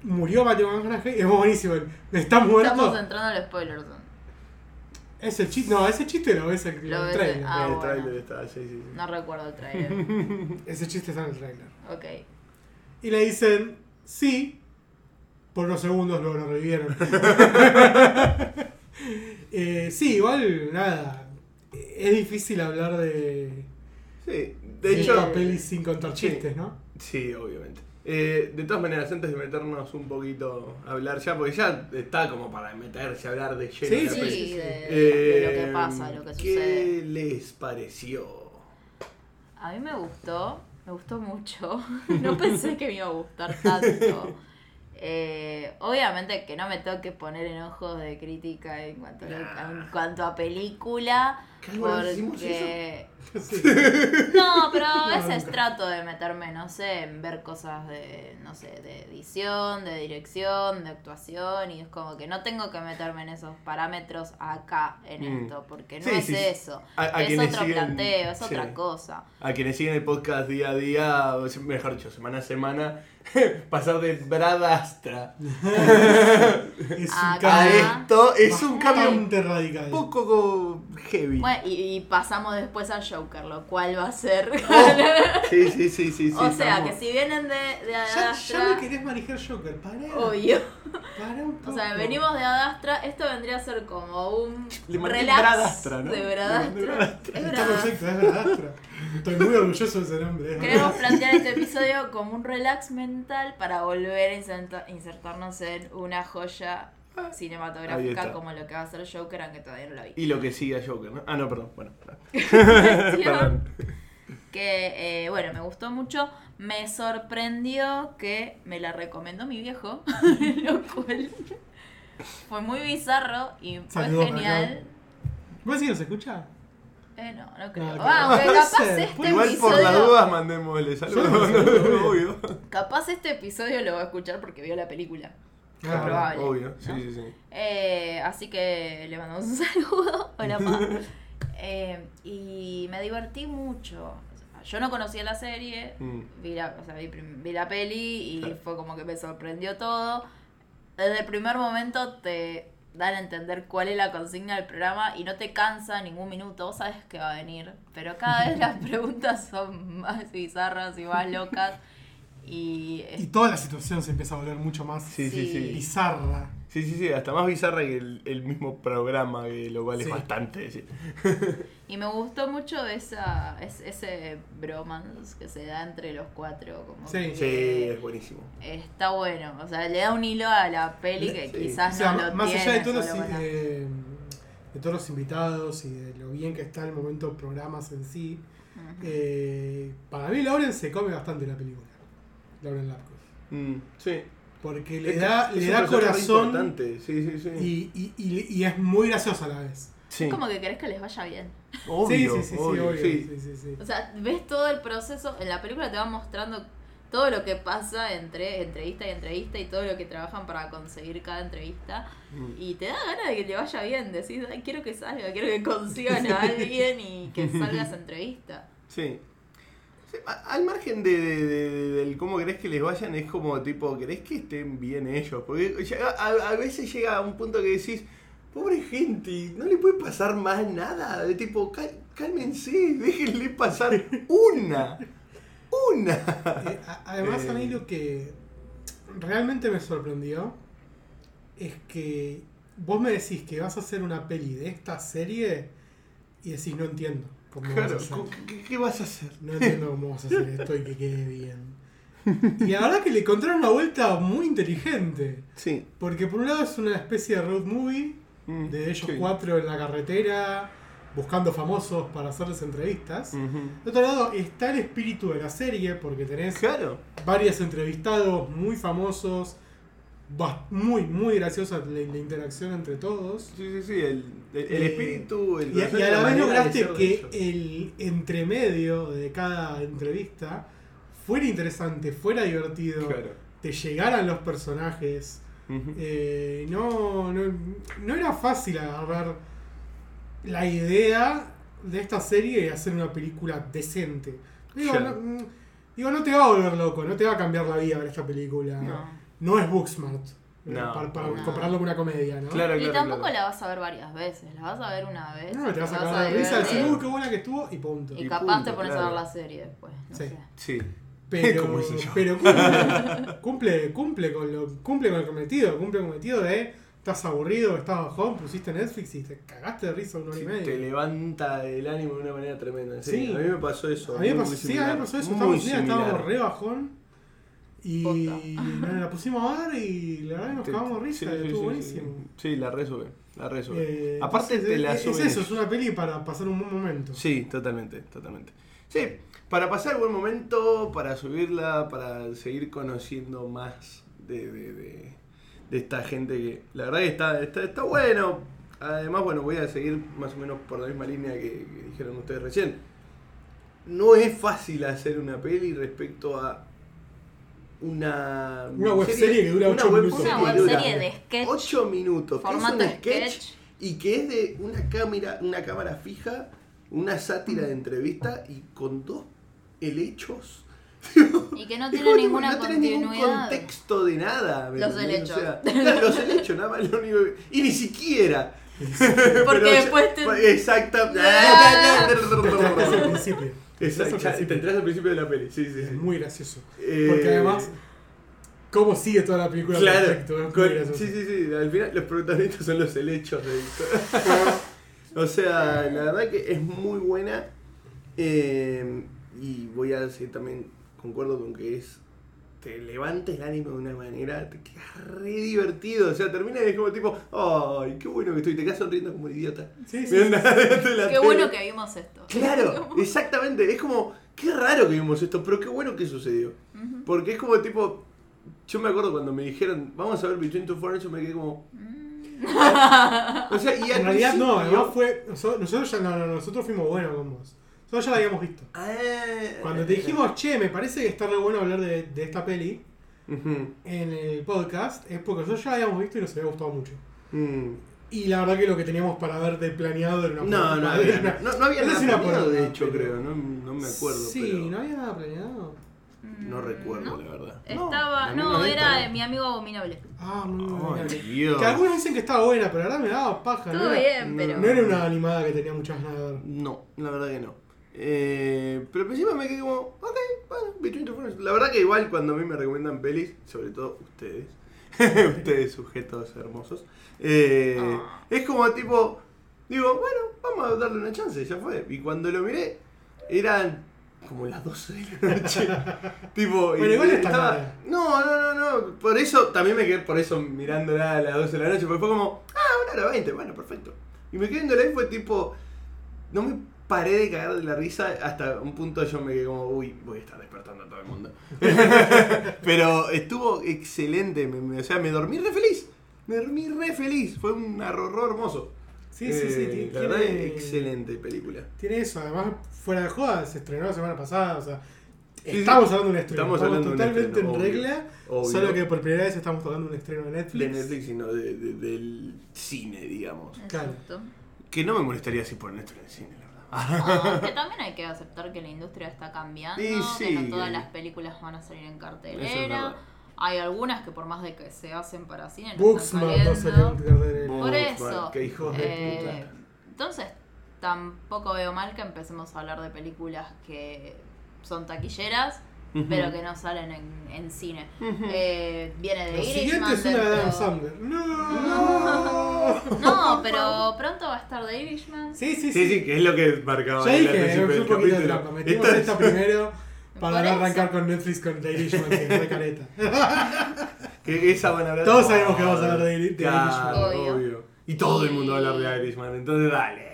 [SPEAKER 1] Murió Matthew McConaughey, es buenísimo. el, Está muerto.
[SPEAKER 2] Estamos entrando al spoiler zone.
[SPEAKER 1] Es el chiste, no, ese chiste lo ves en el
[SPEAKER 2] Lo ves en-
[SPEAKER 1] trailer.
[SPEAKER 2] Ah,
[SPEAKER 3] <laughs> el
[SPEAKER 2] bueno.
[SPEAKER 3] trailer está, sí, sí, sí.
[SPEAKER 2] No recuerdo
[SPEAKER 3] <laughs>
[SPEAKER 2] el trailer.
[SPEAKER 1] Ese chiste está en el trailer.
[SPEAKER 2] ok.
[SPEAKER 1] Y le dicen, sí, por unos segundos lo, lo <laughs> revivieron. Eh, sí, igual, nada. Es difícil hablar de,
[SPEAKER 3] Sí, de
[SPEAKER 1] de
[SPEAKER 3] hecho,
[SPEAKER 1] esta peli sin contar
[SPEAKER 3] Sí.
[SPEAKER 1] chistes, ¿no?
[SPEAKER 3] Sí, obviamente. Eh, de todas maneras, antes de meternos un poquito a hablar ya, porque ya está como para meterse a hablar de lleno.
[SPEAKER 1] Sí,
[SPEAKER 3] la
[SPEAKER 2] Sí,
[SPEAKER 3] peli.
[SPEAKER 1] sí, sí.
[SPEAKER 2] de, de
[SPEAKER 3] Eh,
[SPEAKER 2] lo que pasa, lo que
[SPEAKER 3] ¿Qué
[SPEAKER 2] sucede.
[SPEAKER 3] les pareció?
[SPEAKER 2] A mí me gustó, me gustó mucho. <laughs> No pensé que me iba a gustar tanto. Eh, obviamente que no me toque poner enojos de crítica en cuanto a,
[SPEAKER 3] Nah.
[SPEAKER 2] en cuanto a película.
[SPEAKER 3] ¿Qué alguna vez hicimos
[SPEAKER 2] Porque.
[SPEAKER 1] <laughs> Sí.
[SPEAKER 2] No,
[SPEAKER 3] <laughs>
[SPEAKER 2] pero
[SPEAKER 1] No,
[SPEAKER 2] a veces
[SPEAKER 1] nunca.
[SPEAKER 2] trato de meterme, no sé, en ver cosas de, no sé, de edición, de dirección, de actuación, y es como que no tengo que meterme en esos parámetros acá, en
[SPEAKER 3] Mm.
[SPEAKER 2] esto, porque no
[SPEAKER 3] Sí,
[SPEAKER 2] es
[SPEAKER 3] sí, sí.
[SPEAKER 2] eso.
[SPEAKER 3] A- a
[SPEAKER 2] es
[SPEAKER 3] quienes
[SPEAKER 2] otro
[SPEAKER 3] siguen-
[SPEAKER 2] planteo, es
[SPEAKER 3] sí.
[SPEAKER 2] otra cosa.
[SPEAKER 3] A quienes siguen el podcast día a día, o se- mejor dicho, semana a semana, <laughs> pasar de Bradastra
[SPEAKER 1] Es
[SPEAKER 2] Ah,
[SPEAKER 1] un
[SPEAKER 3] a
[SPEAKER 1] cambio
[SPEAKER 2] Ah.
[SPEAKER 3] esto es un cambio un
[SPEAKER 1] bastante radical.
[SPEAKER 3] poco heavy.
[SPEAKER 2] Bueno, y, y pasamos después al Joker, lo cual va a ser.
[SPEAKER 3] Oh,
[SPEAKER 2] <laughs>
[SPEAKER 3] Sí, sí, sí, sí. sí,
[SPEAKER 2] o sea,
[SPEAKER 3] estamos-
[SPEAKER 2] que si vienen de, de
[SPEAKER 1] Ya, ya
[SPEAKER 2] Adastra,
[SPEAKER 1] me querés manejar Joker, pará.
[SPEAKER 2] obvio.
[SPEAKER 1] Pará un poco.
[SPEAKER 2] O sea, venimos de Adastra, esto vendría a ser como un
[SPEAKER 3] Le mandé
[SPEAKER 2] relax
[SPEAKER 3] Bradastra, ¿no?
[SPEAKER 2] de
[SPEAKER 3] Le mandé
[SPEAKER 1] Está
[SPEAKER 3] Bradastra.
[SPEAKER 2] Bradastra. Es Bradastra.
[SPEAKER 1] perfecto, es verdad. Estoy muy orgulloso de ese nombre. es
[SPEAKER 2] Queremos
[SPEAKER 1] verdad.
[SPEAKER 2] plantear este episodio como un relax mental para volver a inserta- insertarnos en una joya
[SPEAKER 3] Ahí
[SPEAKER 2] cinematográfica
[SPEAKER 3] está.
[SPEAKER 2] como lo que va a ser Joker, aunque todavía no lo vi. <laughs>
[SPEAKER 3] Y eh, lo que sigue a Joker, ¿no? Ah, no, perdón. Bueno,
[SPEAKER 2] Cuestión
[SPEAKER 3] <laughs> perdón.
[SPEAKER 2] que, eh, bueno, me gustó mucho. Me sorprendió que me la recomendó mi viejo, <laughs> lo cual fue muy bizarro y fue
[SPEAKER 1] Saludos,
[SPEAKER 2] genial.
[SPEAKER 1] ¿Vos decís que nos escucha?
[SPEAKER 2] Eh, no, no creo.
[SPEAKER 1] No, creo.
[SPEAKER 2] Ah, aunque
[SPEAKER 1] Puede
[SPEAKER 2] capaz
[SPEAKER 1] ser,
[SPEAKER 2] este
[SPEAKER 1] puede-
[SPEAKER 3] Igual por las
[SPEAKER 2] episodio-
[SPEAKER 3] dudas mandémosle saludos.
[SPEAKER 1] Sí, sí, sí, obvio.
[SPEAKER 3] <laughs> obvio.
[SPEAKER 2] Capaz este episodio lo va a escuchar porque vio la película.
[SPEAKER 1] Ah,
[SPEAKER 2] probable.
[SPEAKER 3] Obvio, sí,
[SPEAKER 2] ¿no?
[SPEAKER 3] sí, sí.
[SPEAKER 2] Eh, así que le mandamos un <laughs> saludo. Hola, pa. Eh, y me divertí mucho. O sea, Yo no conocía la serie,
[SPEAKER 3] Mm.
[SPEAKER 2] vi la, o sea, vi, prim- vi la peli y
[SPEAKER 3] Claro.
[SPEAKER 2] fue como que me sorprendió todo. Desde el primer momento te dan a entender cuál es la consigna del programa y no te cansa ningún minuto, vos sabes que va a venir. Pero cada vez las preguntas son más bizarras y más locas. Y,
[SPEAKER 1] Y toda la situación se empieza a volver mucho más
[SPEAKER 3] Sí, sí, sí.
[SPEAKER 1] bizarra.
[SPEAKER 3] Sí, sí, sí, hasta más bizarra que el, el mismo programa, que lo cual
[SPEAKER 1] Sí.
[SPEAKER 3] es bastante. sí.
[SPEAKER 2] y me gustó mucho esa, es- ese bromance que se da entre los cuatro. Como
[SPEAKER 1] Sí.
[SPEAKER 3] Sí,
[SPEAKER 2] que
[SPEAKER 3] es buenísimo.
[SPEAKER 2] Está bueno, o sea, le da un hilo a la peli que
[SPEAKER 3] Sí.
[SPEAKER 1] O
[SPEAKER 2] quizás
[SPEAKER 1] sea,
[SPEAKER 2] no lo
[SPEAKER 1] más
[SPEAKER 2] tiene.
[SPEAKER 1] allá de todos, los,
[SPEAKER 2] solo con la-
[SPEAKER 1] eh, de todos los invitados y de lo bien que está el momento programas en sí,
[SPEAKER 2] Ujú.
[SPEAKER 1] eh, para mí Lauren se come bastante la película. Lauren Lapkus.
[SPEAKER 3] Mm, sí.
[SPEAKER 1] Porque le
[SPEAKER 3] Es-
[SPEAKER 1] da,
[SPEAKER 3] es
[SPEAKER 1] le
[SPEAKER 3] un
[SPEAKER 1] da
[SPEAKER 3] personaje
[SPEAKER 1] corazón
[SPEAKER 3] Importante. Sí, sí, sí.
[SPEAKER 1] y, y, y- y es muy graciosa a la vez.
[SPEAKER 3] sí.
[SPEAKER 2] Es como que querés que les vaya bien.
[SPEAKER 3] Obvio,
[SPEAKER 1] sí, sí, sí, sí,
[SPEAKER 3] obvio,
[SPEAKER 1] obvio,
[SPEAKER 3] sí.
[SPEAKER 1] sí, sí, sí.
[SPEAKER 2] O sea, ves todo el proceso, en la película te va mostrando todo lo que pasa entre entrevista y entrevista y todo lo que trabajan para conseguir cada entrevista.
[SPEAKER 3] Mm.
[SPEAKER 2] Y te da ganas de que le vaya bien, decís, "Ay, quiero que salga,
[SPEAKER 1] <laughs>
[SPEAKER 2] quiero que consigan a alguien y que salga esa entrevista.
[SPEAKER 3] Sí. Sí, a- Al margen de, de- de- de- del cómo crees que les vayan, es como tipo, ¿crees que estén bien ellos? Porque llega- a, a veces llega a un punto que decís, pobre gente, no le puede pasar más nada. De tipo, "Cal- cálmense, <laughs> déjenle pasar una. Una.
[SPEAKER 1] Eh, a- además, a mí
[SPEAKER 3] Eh.
[SPEAKER 1] lo que realmente me sorprendió es que vos me decís que vas a hacer una peli de esta serie y decís, no entiendo. cómo vas a
[SPEAKER 3] Claro,
[SPEAKER 1] hacer".
[SPEAKER 3] ¿cu- ¿qué, qué vas a hacer?
[SPEAKER 1] No entiendo cómo vas a hacer esto y que quede bien. Y la verdad que le encontraron una vuelta muy inteligente.
[SPEAKER 3] Sí.
[SPEAKER 1] Porque por un lado es una especie de road movie
[SPEAKER 3] Mm,
[SPEAKER 1] de ellos
[SPEAKER 3] sí.
[SPEAKER 1] cuatro en la carretera buscando famosos para hacerles entrevistas.
[SPEAKER 3] Ujú.
[SPEAKER 1] De otro lado está el espíritu de la serie porque tenés
[SPEAKER 3] Claro.
[SPEAKER 1] varios entrevistados muy famosos. bas- Muy, muy graciosa la, la interacción entre todos.
[SPEAKER 3] Sí, sí, sí. El, el- el
[SPEAKER 1] Eh,
[SPEAKER 3] espíritu, el
[SPEAKER 1] Y, a- y a la vez
[SPEAKER 3] la manera de
[SPEAKER 1] lograste
[SPEAKER 3] ser de
[SPEAKER 1] que
[SPEAKER 3] ellos.
[SPEAKER 1] el entremedio de cada entrevista fuera interesante, fuera divertido,
[SPEAKER 3] Claro.
[SPEAKER 1] te llegaran los personajes.
[SPEAKER 3] Ujú.
[SPEAKER 1] Eh, no, no, no era fácil agarrar la idea de esta serie y hacer una película decente. Digo,
[SPEAKER 3] Ya.
[SPEAKER 1] no, mm, digo, no te va a volver loco, no te va a cambiar la vida ver esta película.
[SPEAKER 2] No.
[SPEAKER 1] No es Booksmart. eh,
[SPEAKER 3] No.
[SPEAKER 1] para para
[SPEAKER 2] No.
[SPEAKER 1] compararlo con una comedia, ¿no?
[SPEAKER 3] Claro,
[SPEAKER 2] Y
[SPEAKER 3] claro,
[SPEAKER 2] tampoco
[SPEAKER 3] claro.
[SPEAKER 2] la vas a ver varias veces, la vas a ver una vez.
[SPEAKER 1] No, te vas a cagar de
[SPEAKER 2] divertir,
[SPEAKER 1] risa, decir,
[SPEAKER 3] ver.
[SPEAKER 1] uy, qué buena que estuvo y punto.
[SPEAKER 2] Y
[SPEAKER 3] Y
[SPEAKER 2] capaz te
[SPEAKER 3] punto,
[SPEAKER 2] pones a
[SPEAKER 3] claro.
[SPEAKER 2] ver la serie después. No
[SPEAKER 1] Sí.
[SPEAKER 2] sé.
[SPEAKER 3] Sí.
[SPEAKER 1] <laughs> Pero,
[SPEAKER 3] Como hice yo.
[SPEAKER 1] pero cumple, cumple, cumple con lo, cumple con el cometido, cumple con el cometido de estás aburrido, estás bajón, pusiste Netflix y te cagaste de risa una hora
[SPEAKER 3] Sí,
[SPEAKER 1] y media.
[SPEAKER 3] te levanta el ánimo de una manera tremenda. Sí,
[SPEAKER 1] Sí.
[SPEAKER 3] a mí me pasó eso.
[SPEAKER 1] A mí me
[SPEAKER 3] muy,
[SPEAKER 1] pasó,
[SPEAKER 3] muy
[SPEAKER 1] sí, a mí me pasó eso.
[SPEAKER 3] similar,
[SPEAKER 1] Estábamos,
[SPEAKER 3] muy
[SPEAKER 1] mira, estábamos
[SPEAKER 3] similar.
[SPEAKER 1] re bajón. Y
[SPEAKER 2] Posta.
[SPEAKER 1] nos la pusimos a ver y la verdad que nos
[SPEAKER 3] Te-
[SPEAKER 1] cagamos
[SPEAKER 3] sí,
[SPEAKER 1] risa.
[SPEAKER 3] sí,
[SPEAKER 1] estuvo
[SPEAKER 3] sí,
[SPEAKER 1] buenísimo.
[SPEAKER 3] Sí, Sí, la re sube. La re sube.
[SPEAKER 1] Eh,
[SPEAKER 3] Aparte
[SPEAKER 1] entonces,
[SPEAKER 3] te la
[SPEAKER 1] es, es
[SPEAKER 3] suben
[SPEAKER 1] eso,
[SPEAKER 3] ellos.
[SPEAKER 1] es una peli para pasar un buen momento.
[SPEAKER 3] Sí, totalmente, totalmente. Sí, para pasar buen momento, para subirla, para seguir conociendo más de, de- de- de esta gente que la verdad que está, está, está bueno. Además, bueno, voy a seguir más o menos por la misma línea que, que dijeron ustedes recién. No es fácil hacer una peli respecto a una,
[SPEAKER 1] Una webserie que dura
[SPEAKER 3] una
[SPEAKER 1] ocho minutos.
[SPEAKER 2] Una
[SPEAKER 1] Sí,
[SPEAKER 2] web
[SPEAKER 1] dura.
[SPEAKER 2] serie de sketch.
[SPEAKER 3] 8 minutos. que es un
[SPEAKER 2] Formato sketch.
[SPEAKER 3] y que es de una cámara, una cámara fija, una sátira de entrevista y con dos helechos.
[SPEAKER 2] Y
[SPEAKER 3] <laughs>
[SPEAKER 2] que no
[SPEAKER 3] Es
[SPEAKER 2] tiene
[SPEAKER 3] como, tipo,
[SPEAKER 2] ninguna
[SPEAKER 3] no tiene
[SPEAKER 2] continuidad.
[SPEAKER 3] ningún contexto de nada. ¿me
[SPEAKER 2] Los
[SPEAKER 3] entendés? O
[SPEAKER 2] helechos.
[SPEAKER 3] sea, claro, los helechos, nada más lo único que- Y ni siquiera.
[SPEAKER 2] <laughs> Porque
[SPEAKER 3] <laughs> Pero ya- pues,
[SPEAKER 2] después te. <laughs>
[SPEAKER 3] Exactamente.
[SPEAKER 2] Ah.
[SPEAKER 1] Es el principio. Es el
[SPEAKER 3] <laughs> Exacto, ya, te
[SPEAKER 1] principio.
[SPEAKER 3] entras al principio de la peli, sí, sí,
[SPEAKER 1] Es
[SPEAKER 3] sí.
[SPEAKER 1] muy gracioso.
[SPEAKER 3] Eh,
[SPEAKER 1] Porque además, cómo sigue toda la película
[SPEAKER 3] Claro,
[SPEAKER 1] perfecto. es muy
[SPEAKER 3] con-
[SPEAKER 1] gracioso.
[SPEAKER 3] sí, sí, sí, al final los protagonistas son los helechos de O sea, la verdad que es muy buena eh, y voy a decir también, concuerdo con que es, te levantes el ánimo de una manera, te quedas re divertido, o sea, termina y es como tipo, ay, qué bueno que estoy, te quedas sonriendo como un idiota.
[SPEAKER 1] Sí, sí,
[SPEAKER 3] <laughs>
[SPEAKER 1] sí.
[SPEAKER 3] Mirando adelante la
[SPEAKER 2] Qué bueno
[SPEAKER 3] tele.
[SPEAKER 2] que vimos esto. <laughs>
[SPEAKER 3] Claro, exactamente, es como, qué raro que vimos esto, pero qué bueno que sucedió.
[SPEAKER 2] Ujú.
[SPEAKER 3] Porque es como tipo. Yo me acuerdo cuando me dijeron, vamos a ver Between Two Ferns, yo me quedé como.
[SPEAKER 2] Mm.
[SPEAKER 3] <laughs> O sea, y al
[SPEAKER 1] En realidad no,
[SPEAKER 3] principio-
[SPEAKER 1] además fue. Nosotros, nosotros ya no, no, nosotros fuimos buenos con vos. Nosotros ya la habíamos visto.
[SPEAKER 3] Ah.
[SPEAKER 1] Cuando te dijimos, che, me parece que está re bueno hablar de, de esta peli
[SPEAKER 3] Ujú.
[SPEAKER 1] en el podcast, es porque nosotros ya la habíamos visto y nos había gustado mucho.
[SPEAKER 3] Mm.
[SPEAKER 1] Y la verdad que lo que teníamos para ver de planeado era una
[SPEAKER 3] No, no había, no, no había
[SPEAKER 1] Esa
[SPEAKER 3] nada
[SPEAKER 1] es una
[SPEAKER 3] planeado,
[SPEAKER 1] poronga,
[SPEAKER 3] de hecho,
[SPEAKER 1] pero-
[SPEAKER 3] creo. No, no me acuerdo.
[SPEAKER 1] Sí,
[SPEAKER 3] pero-
[SPEAKER 1] no había nada planeado.
[SPEAKER 3] No recuerdo,
[SPEAKER 2] Mm, ¿no?
[SPEAKER 3] la verdad.
[SPEAKER 2] Estaba.
[SPEAKER 3] la
[SPEAKER 2] No,
[SPEAKER 3] misma
[SPEAKER 2] era
[SPEAKER 3] neta.
[SPEAKER 2] eh, mi amigo abominable.
[SPEAKER 1] Ah, muy
[SPEAKER 3] Ay,
[SPEAKER 1] buena.
[SPEAKER 3] Dios.
[SPEAKER 1] Que algunos dicen que estaba buena, pero ahora me daba paja.
[SPEAKER 2] Estuvo
[SPEAKER 1] no era-
[SPEAKER 2] bien,
[SPEAKER 3] no,
[SPEAKER 2] pero.
[SPEAKER 1] No era una animada que tenía muchas ganas de ver.
[SPEAKER 3] No, la verdad que no. Eh, pero al principio me quedé como, ok, bueno, Between Two Ferns. La verdad que igual cuando a mí me recomiendan pelis, sobre todo ustedes, <laughs> ustedes sujetos hermosos, eh,
[SPEAKER 2] Ah.
[SPEAKER 3] es como tipo, digo, bueno, vamos a darle una chance, ya fue. Y cuando lo miré, eran como las 12 de la
[SPEAKER 1] <laughs>
[SPEAKER 3] noche. tipo, y
[SPEAKER 1] Bueno, igual está
[SPEAKER 3] estaba...
[SPEAKER 1] mal.
[SPEAKER 3] No, no, no, no. Por eso, también me quedé por eso mirándola a las 12 de la noche, porque fue como, ah, una hora 20, bueno, perfecto. Y me quedé viéndola y fue tipo... No me paré de cagar de la risa hasta un punto yo me quedé como, uy, voy a estar despertando a todo el mundo. <laughs> Pero estuvo excelente, me- me- o sea, me dormí re feliz. Me dormí re feliz, fue un arrorro hermoso.
[SPEAKER 1] Sí, sí, sí.
[SPEAKER 3] Eh,
[SPEAKER 1] ti-
[SPEAKER 3] la verdad,
[SPEAKER 1] tiene-
[SPEAKER 3] excelente película.
[SPEAKER 1] Tiene eso, además, fuera de joda, se estrenó la semana pasada, o sea.
[SPEAKER 3] sí.
[SPEAKER 1] Estamos hablando de un estreno.
[SPEAKER 3] Estamos
[SPEAKER 1] Estamos,
[SPEAKER 3] hablando de un
[SPEAKER 1] totalmente
[SPEAKER 3] estreno,
[SPEAKER 1] en
[SPEAKER 3] obvio.
[SPEAKER 1] regla.
[SPEAKER 3] Obvio.
[SPEAKER 1] Solo que por primera vez estamos tocando un estreno de Netflix.
[SPEAKER 3] De Netflix, sino de- de- del cine, digamos.
[SPEAKER 1] Claro.
[SPEAKER 3] <laughs>
[SPEAKER 2] Exacto.
[SPEAKER 3] Que no me molestaría si ponen esto en el cine, la
[SPEAKER 1] <laughs>
[SPEAKER 3] verdad.
[SPEAKER 2] No, Oh, que también hay que aceptar que la industria está cambiando,
[SPEAKER 3] Y sí,
[SPEAKER 2] que no todas
[SPEAKER 3] que-
[SPEAKER 2] las películas van a salir en
[SPEAKER 3] Eso es
[SPEAKER 2] cartelera.
[SPEAKER 3] verdad.
[SPEAKER 2] hay algunas que por más de que se hacen para cine no
[SPEAKER 1] Booksmart
[SPEAKER 2] están
[SPEAKER 1] no salió en
[SPEAKER 2] saliendo.
[SPEAKER 1] cartelera.
[SPEAKER 2] Por
[SPEAKER 3] Vos,
[SPEAKER 2] eso,
[SPEAKER 3] man, Qué hijos
[SPEAKER 2] Eh,
[SPEAKER 3] de puta.
[SPEAKER 2] entonces, tampoco veo mal que empecemos a hablar de películas que son taquilleras,
[SPEAKER 3] Ujú.
[SPEAKER 2] pero que no salen en, en cine.
[SPEAKER 3] Ujú.
[SPEAKER 2] Eh, viene de
[SPEAKER 1] Lo siguiente
[SPEAKER 2] Irishman,
[SPEAKER 1] es una de Adam
[SPEAKER 2] dentro-
[SPEAKER 1] Sandler. ¡No!
[SPEAKER 2] <laughs> No, pero pronto va a estar de Irishman.
[SPEAKER 1] Sí, sí,
[SPEAKER 3] Sí,
[SPEAKER 1] sí.
[SPEAKER 3] sí, que es lo que marcaba
[SPEAKER 1] Ya
[SPEAKER 3] en el
[SPEAKER 1] dije,
[SPEAKER 3] principio
[SPEAKER 1] es
[SPEAKER 3] del
[SPEAKER 1] un poquito de
[SPEAKER 3] capítulo.
[SPEAKER 1] trampa. Metimos
[SPEAKER 3] Esta-
[SPEAKER 1] esta
[SPEAKER 2] <laughs>
[SPEAKER 1] primero para
[SPEAKER 2] Por
[SPEAKER 1] no
[SPEAKER 2] eso.
[SPEAKER 1] arrancar con Netflix con The Irishman, que es re careta.
[SPEAKER 3] Que esa van a hablar
[SPEAKER 1] Todos sabemos que vamos a hablar de Iri- de
[SPEAKER 3] Claro,
[SPEAKER 2] Irishman. Obvio.
[SPEAKER 3] obvio. Y todo el mundo va a hablar de Irishman, entonces dale.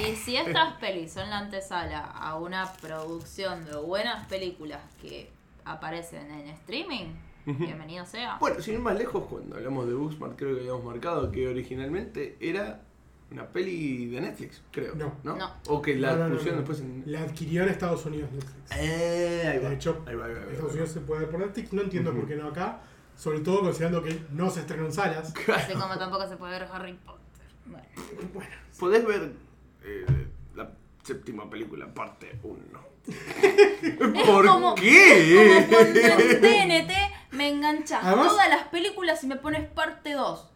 [SPEAKER 2] Y si estas pelis son la antesala a una producción de buenas películas que aparecen en streaming,
[SPEAKER 3] Ujú.
[SPEAKER 2] bienvenido sea.
[SPEAKER 3] Bueno, sin ir más lejos, cuando hablamos de Booksmart, creo que habíamos marcado que originalmente era una peli de Netflix, creo.
[SPEAKER 1] No.
[SPEAKER 2] No.
[SPEAKER 3] O que la
[SPEAKER 1] No, no, no,
[SPEAKER 3] pusieron
[SPEAKER 1] no.
[SPEAKER 3] después en.
[SPEAKER 1] La adquirió en Estados Unidos Netflix.
[SPEAKER 3] Eh, ahí va.
[SPEAKER 1] De hecho,
[SPEAKER 3] ahí va, ahí va, ahí va.
[SPEAKER 1] Estados Unidos se puede ver por Netflix, no entiendo
[SPEAKER 3] Ujú.
[SPEAKER 1] por qué no acá, sobre todo considerando que no se estrenó en salas.
[SPEAKER 2] Así como tampoco se puede ver Harry Potter. Bueno,
[SPEAKER 1] Bueno,
[SPEAKER 3] Podés ver eh, la séptima película, parte 1. ¿Por
[SPEAKER 2] como-
[SPEAKER 3] qué?
[SPEAKER 2] Como cuando en TNT me enganchas
[SPEAKER 1] Además-
[SPEAKER 2] todas las películas y me pones
[SPEAKER 1] <laughs>
[SPEAKER 2] parte 2.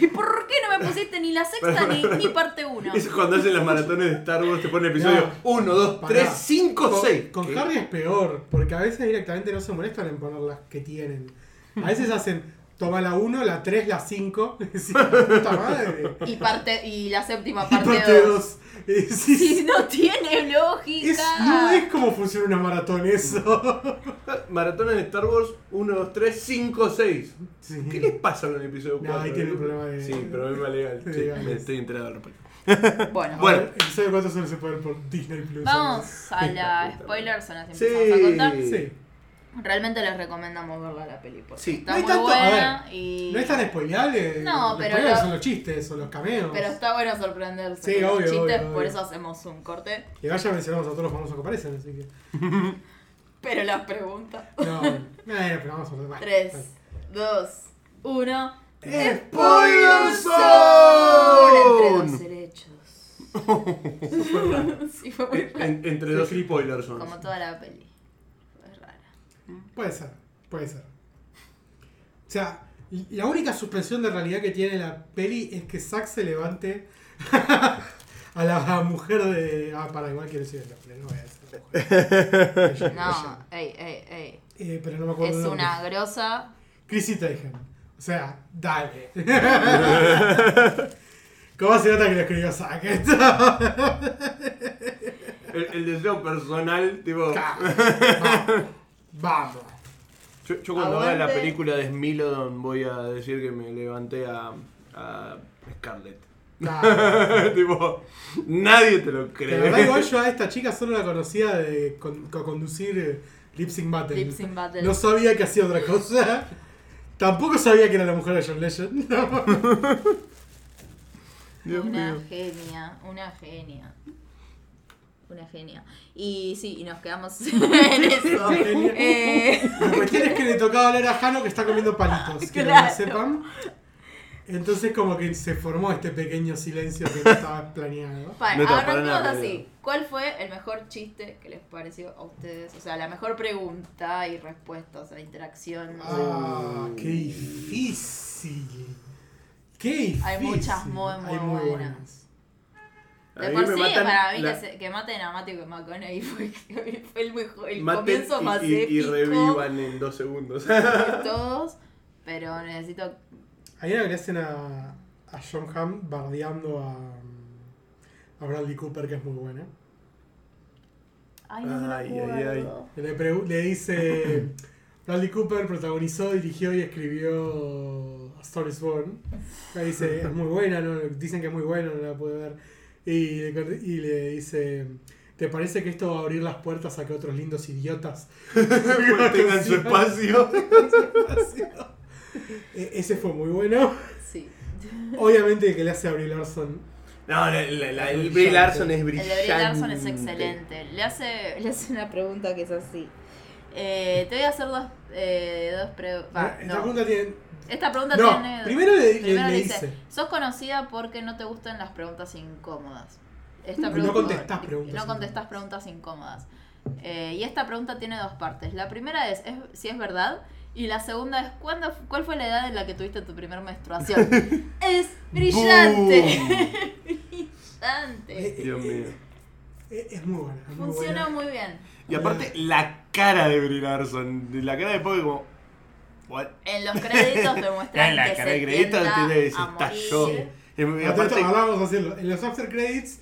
[SPEAKER 2] ¿Y por qué no me pusiste ni la sexta ni, ni parte 1?
[SPEAKER 3] Eso es cuando hacen las maratones de Star Wars, te ponen episodio 1, 2,
[SPEAKER 1] Pará.
[SPEAKER 3] 3, 5,
[SPEAKER 1] con,
[SPEAKER 3] 6.
[SPEAKER 1] con Harry es peor, porque a veces directamente no se molestan en poner las que tienen. A veces hacen, toma la 1, la 3, la 5, <laughs> sí, puta madre. <laughs>
[SPEAKER 2] Y, parte, y la séptima
[SPEAKER 1] Y
[SPEAKER 2] parte 2.
[SPEAKER 1] dos. Eh, sí,
[SPEAKER 2] <laughs> Si no tiene lógica.
[SPEAKER 1] es- no es como funciona una maratón eso.
[SPEAKER 3] Maratones de Star Wars 1, 2, 3, 5, 6.
[SPEAKER 1] Sí.
[SPEAKER 3] ¿Qué les pasa con el episodio
[SPEAKER 1] No,
[SPEAKER 3] 4?
[SPEAKER 1] ahí tiene un problema de-
[SPEAKER 3] Sí,
[SPEAKER 1] <laughs>
[SPEAKER 3] problema legal.
[SPEAKER 1] de
[SPEAKER 3] Sí,
[SPEAKER 1] legales.
[SPEAKER 3] me estoy enterado al
[SPEAKER 2] <laughs>
[SPEAKER 3] respecto.
[SPEAKER 2] Bueno,
[SPEAKER 3] Bueno.
[SPEAKER 1] El episodio 4 solo se puede ver por Disney Plus.
[SPEAKER 2] vamos a la
[SPEAKER 3] puta
[SPEAKER 2] spoiler zona. Si
[SPEAKER 3] Sí.
[SPEAKER 2] empezamos a contar.
[SPEAKER 1] Sí.
[SPEAKER 2] Realmente les recomendamos verla la peli. Porque
[SPEAKER 3] Sí.
[SPEAKER 2] está
[SPEAKER 1] No hay
[SPEAKER 2] muy
[SPEAKER 1] tanto- a
[SPEAKER 2] buena. y...
[SPEAKER 1] No es tan spoileable.
[SPEAKER 2] No,
[SPEAKER 1] Los
[SPEAKER 2] pero
[SPEAKER 1] spoileables
[SPEAKER 2] lo-
[SPEAKER 1] son los chistes o los cameos.
[SPEAKER 2] Pero está bueno sorprenderse.
[SPEAKER 1] Sí,
[SPEAKER 2] con los
[SPEAKER 1] obvio,
[SPEAKER 2] chistes,
[SPEAKER 1] obvio,
[SPEAKER 2] por
[SPEAKER 1] obvio.
[SPEAKER 2] eso hacemos un corte.
[SPEAKER 1] Y vaya mencionamos a todos los famosos que aparecen, así
[SPEAKER 2] <laughs>
[SPEAKER 1] que.
[SPEAKER 2] Pero las preguntas.
[SPEAKER 1] No, bueno, eh, pero vamos a bueno,
[SPEAKER 2] 3, 2, 1.
[SPEAKER 3] ¡Spoiler
[SPEAKER 2] Zone! Entre dos
[SPEAKER 3] Zone!
[SPEAKER 2] derechos.
[SPEAKER 1] bueno.
[SPEAKER 2] sí, fue muy
[SPEAKER 3] En-
[SPEAKER 2] raro.
[SPEAKER 3] Eh, en- entre dos spoilers son.
[SPEAKER 2] Como toda la peli. Es rara.
[SPEAKER 1] Puede ser, puede ser. O sea, la única suspensión de realidad que tiene la peli es que Zack se levante <laughs> a la mujer de. Ah, para, igual quiero decir el nombre, no voy a decir la
[SPEAKER 2] <laughs>
[SPEAKER 1] mujer. Ella,
[SPEAKER 2] No,
[SPEAKER 1] ella.
[SPEAKER 2] ey, ey, ey.
[SPEAKER 1] Eh, pero no me acuerdo.
[SPEAKER 2] Es
[SPEAKER 1] el nombre.
[SPEAKER 2] una grosa.
[SPEAKER 1] Chrissy Teigen. O sea, dale. <laughs> ¿Cómo se nota que lo escribió Zack?
[SPEAKER 3] El, el deseo personal, tipo.
[SPEAKER 1] Vamos. <laughs> Vamos.
[SPEAKER 3] Yo, yo cuando vea la
[SPEAKER 2] Aguante.
[SPEAKER 3] película de Smilodon voy a decir que me levanté a, a Scarlett. <laughs>
[SPEAKER 1] Dale.
[SPEAKER 3] tipo, nadie te lo
[SPEAKER 1] La verdad, igual
[SPEAKER 3] cree.
[SPEAKER 1] yo a esta chica solo la conocía de con- co-conducir eh, Lip Sync Battle.
[SPEAKER 2] Lip Sync Battle.
[SPEAKER 1] No sabía que hacía otra cosa. Tampoco sabía que era la mujer de John Legend. <laughs> No.
[SPEAKER 3] <laughs> Dios
[SPEAKER 2] una
[SPEAKER 3] mío.
[SPEAKER 2] genia, una genia. Una genia. Y sí, y nos quedamos <laughs> en eso.
[SPEAKER 1] genia.
[SPEAKER 2] Eh,
[SPEAKER 1] La cuestión es que le tocaba hablar a Jano que está comiendo palitos. Que no lo
[SPEAKER 2] Claro.
[SPEAKER 1] sepan. Entonces como que se formó este pequeño silencio que no estaba planeado.
[SPEAKER 2] Para,
[SPEAKER 3] No estaba para
[SPEAKER 2] arranquemos
[SPEAKER 3] nada
[SPEAKER 2] así.
[SPEAKER 3] planeado.
[SPEAKER 2] ¿Cuál fue el mejor chiste que les pareció a ustedes? O sea, la mejor pregunta y respuesta, o sea, interacción. no sé.
[SPEAKER 1] Ah, qué difícil. Qué difícil.
[SPEAKER 2] Hay muchas muy, muy
[SPEAKER 1] Hay
[SPEAKER 2] buenas.
[SPEAKER 3] A
[SPEAKER 2] De
[SPEAKER 3] mí
[SPEAKER 2] por
[SPEAKER 3] me
[SPEAKER 2] sí,
[SPEAKER 3] matan
[SPEAKER 2] para mí
[SPEAKER 3] la-
[SPEAKER 2] que, se- que maten a Matthew McConaughey fue, <laughs> fue el, mejor, el
[SPEAKER 3] maten
[SPEAKER 2] comienzo
[SPEAKER 3] y-
[SPEAKER 2] más
[SPEAKER 3] y,
[SPEAKER 2] épico
[SPEAKER 3] y revivan en dos segundos. <laughs>
[SPEAKER 2] <laughs> de todos. Pero necesito...
[SPEAKER 1] Hay una que le hacen a, a John Hamm bardeando a, a Bradley Cooper, que es muy buena.
[SPEAKER 2] Ay, no me
[SPEAKER 3] Ay,
[SPEAKER 2] lo
[SPEAKER 3] ay, ay.
[SPEAKER 2] acuerdo.
[SPEAKER 1] Le, pregu- le dice, Bradley Cooper protagonizó, dirigió y escribió A Star is Born. Le dice, es muy buena, no, dicen que es muy buena, no la pude ver. Y le, cor- y le dice, ¿te parece que esto va a abrir las puertas a que otros lindos idiotas
[SPEAKER 3] Pues <laughs>
[SPEAKER 1] <laughs>
[SPEAKER 3] tengan su espacio.
[SPEAKER 1] E- Ese fue muy bueno.
[SPEAKER 3] <laughs>
[SPEAKER 2] Sí.
[SPEAKER 1] Obviamente el que le hace a Brie Larson.
[SPEAKER 3] No, la- la- la-
[SPEAKER 1] Brillante.
[SPEAKER 3] el Brie Larson es
[SPEAKER 2] El
[SPEAKER 3] brillante.
[SPEAKER 2] de Brie Larson es excelente. Le hace, le hace una pregunta que es así. Eh, te voy a hacer dos, eh, dos preguntas.
[SPEAKER 1] Esta pregunta tiene-
[SPEAKER 2] Esta pregunta
[SPEAKER 1] No,
[SPEAKER 2] tiene.
[SPEAKER 1] primero le- le- le dice.
[SPEAKER 2] Sos conocida porque no te gustan las preguntas incómodas. Esta
[SPEAKER 1] No
[SPEAKER 2] pregunta-
[SPEAKER 1] contestás preguntas
[SPEAKER 2] No contestás
[SPEAKER 1] incómodas.
[SPEAKER 2] preguntas incómodas. Eh, y esta pregunta tiene dos partes. La primera es, es si es verdad. Y la segunda es ¿cuándo, ¿cuál fue la edad en la que tuviste tu
[SPEAKER 1] <laughs>
[SPEAKER 2] primera menstruación? es brillante. brillante.
[SPEAKER 1] eh,
[SPEAKER 3] Dios mío.
[SPEAKER 1] eh, Es muy buena. es muy
[SPEAKER 2] Funciona
[SPEAKER 1] buena.
[SPEAKER 2] muy bien.
[SPEAKER 3] Y aparte, la cara de Brie Larson. La cara de Poe como. What?
[SPEAKER 2] En los créditos te
[SPEAKER 3] Ya
[SPEAKER 2] muestran
[SPEAKER 3] en la
[SPEAKER 2] que
[SPEAKER 3] cara
[SPEAKER 2] se
[SPEAKER 3] de crédito
[SPEAKER 2] tienta
[SPEAKER 3] te dice,
[SPEAKER 2] a
[SPEAKER 3] está
[SPEAKER 2] morir.
[SPEAKER 3] yo. Y
[SPEAKER 1] Aparte,
[SPEAKER 3] aparte,
[SPEAKER 1] ahora vamos a hacerlo. En los after credits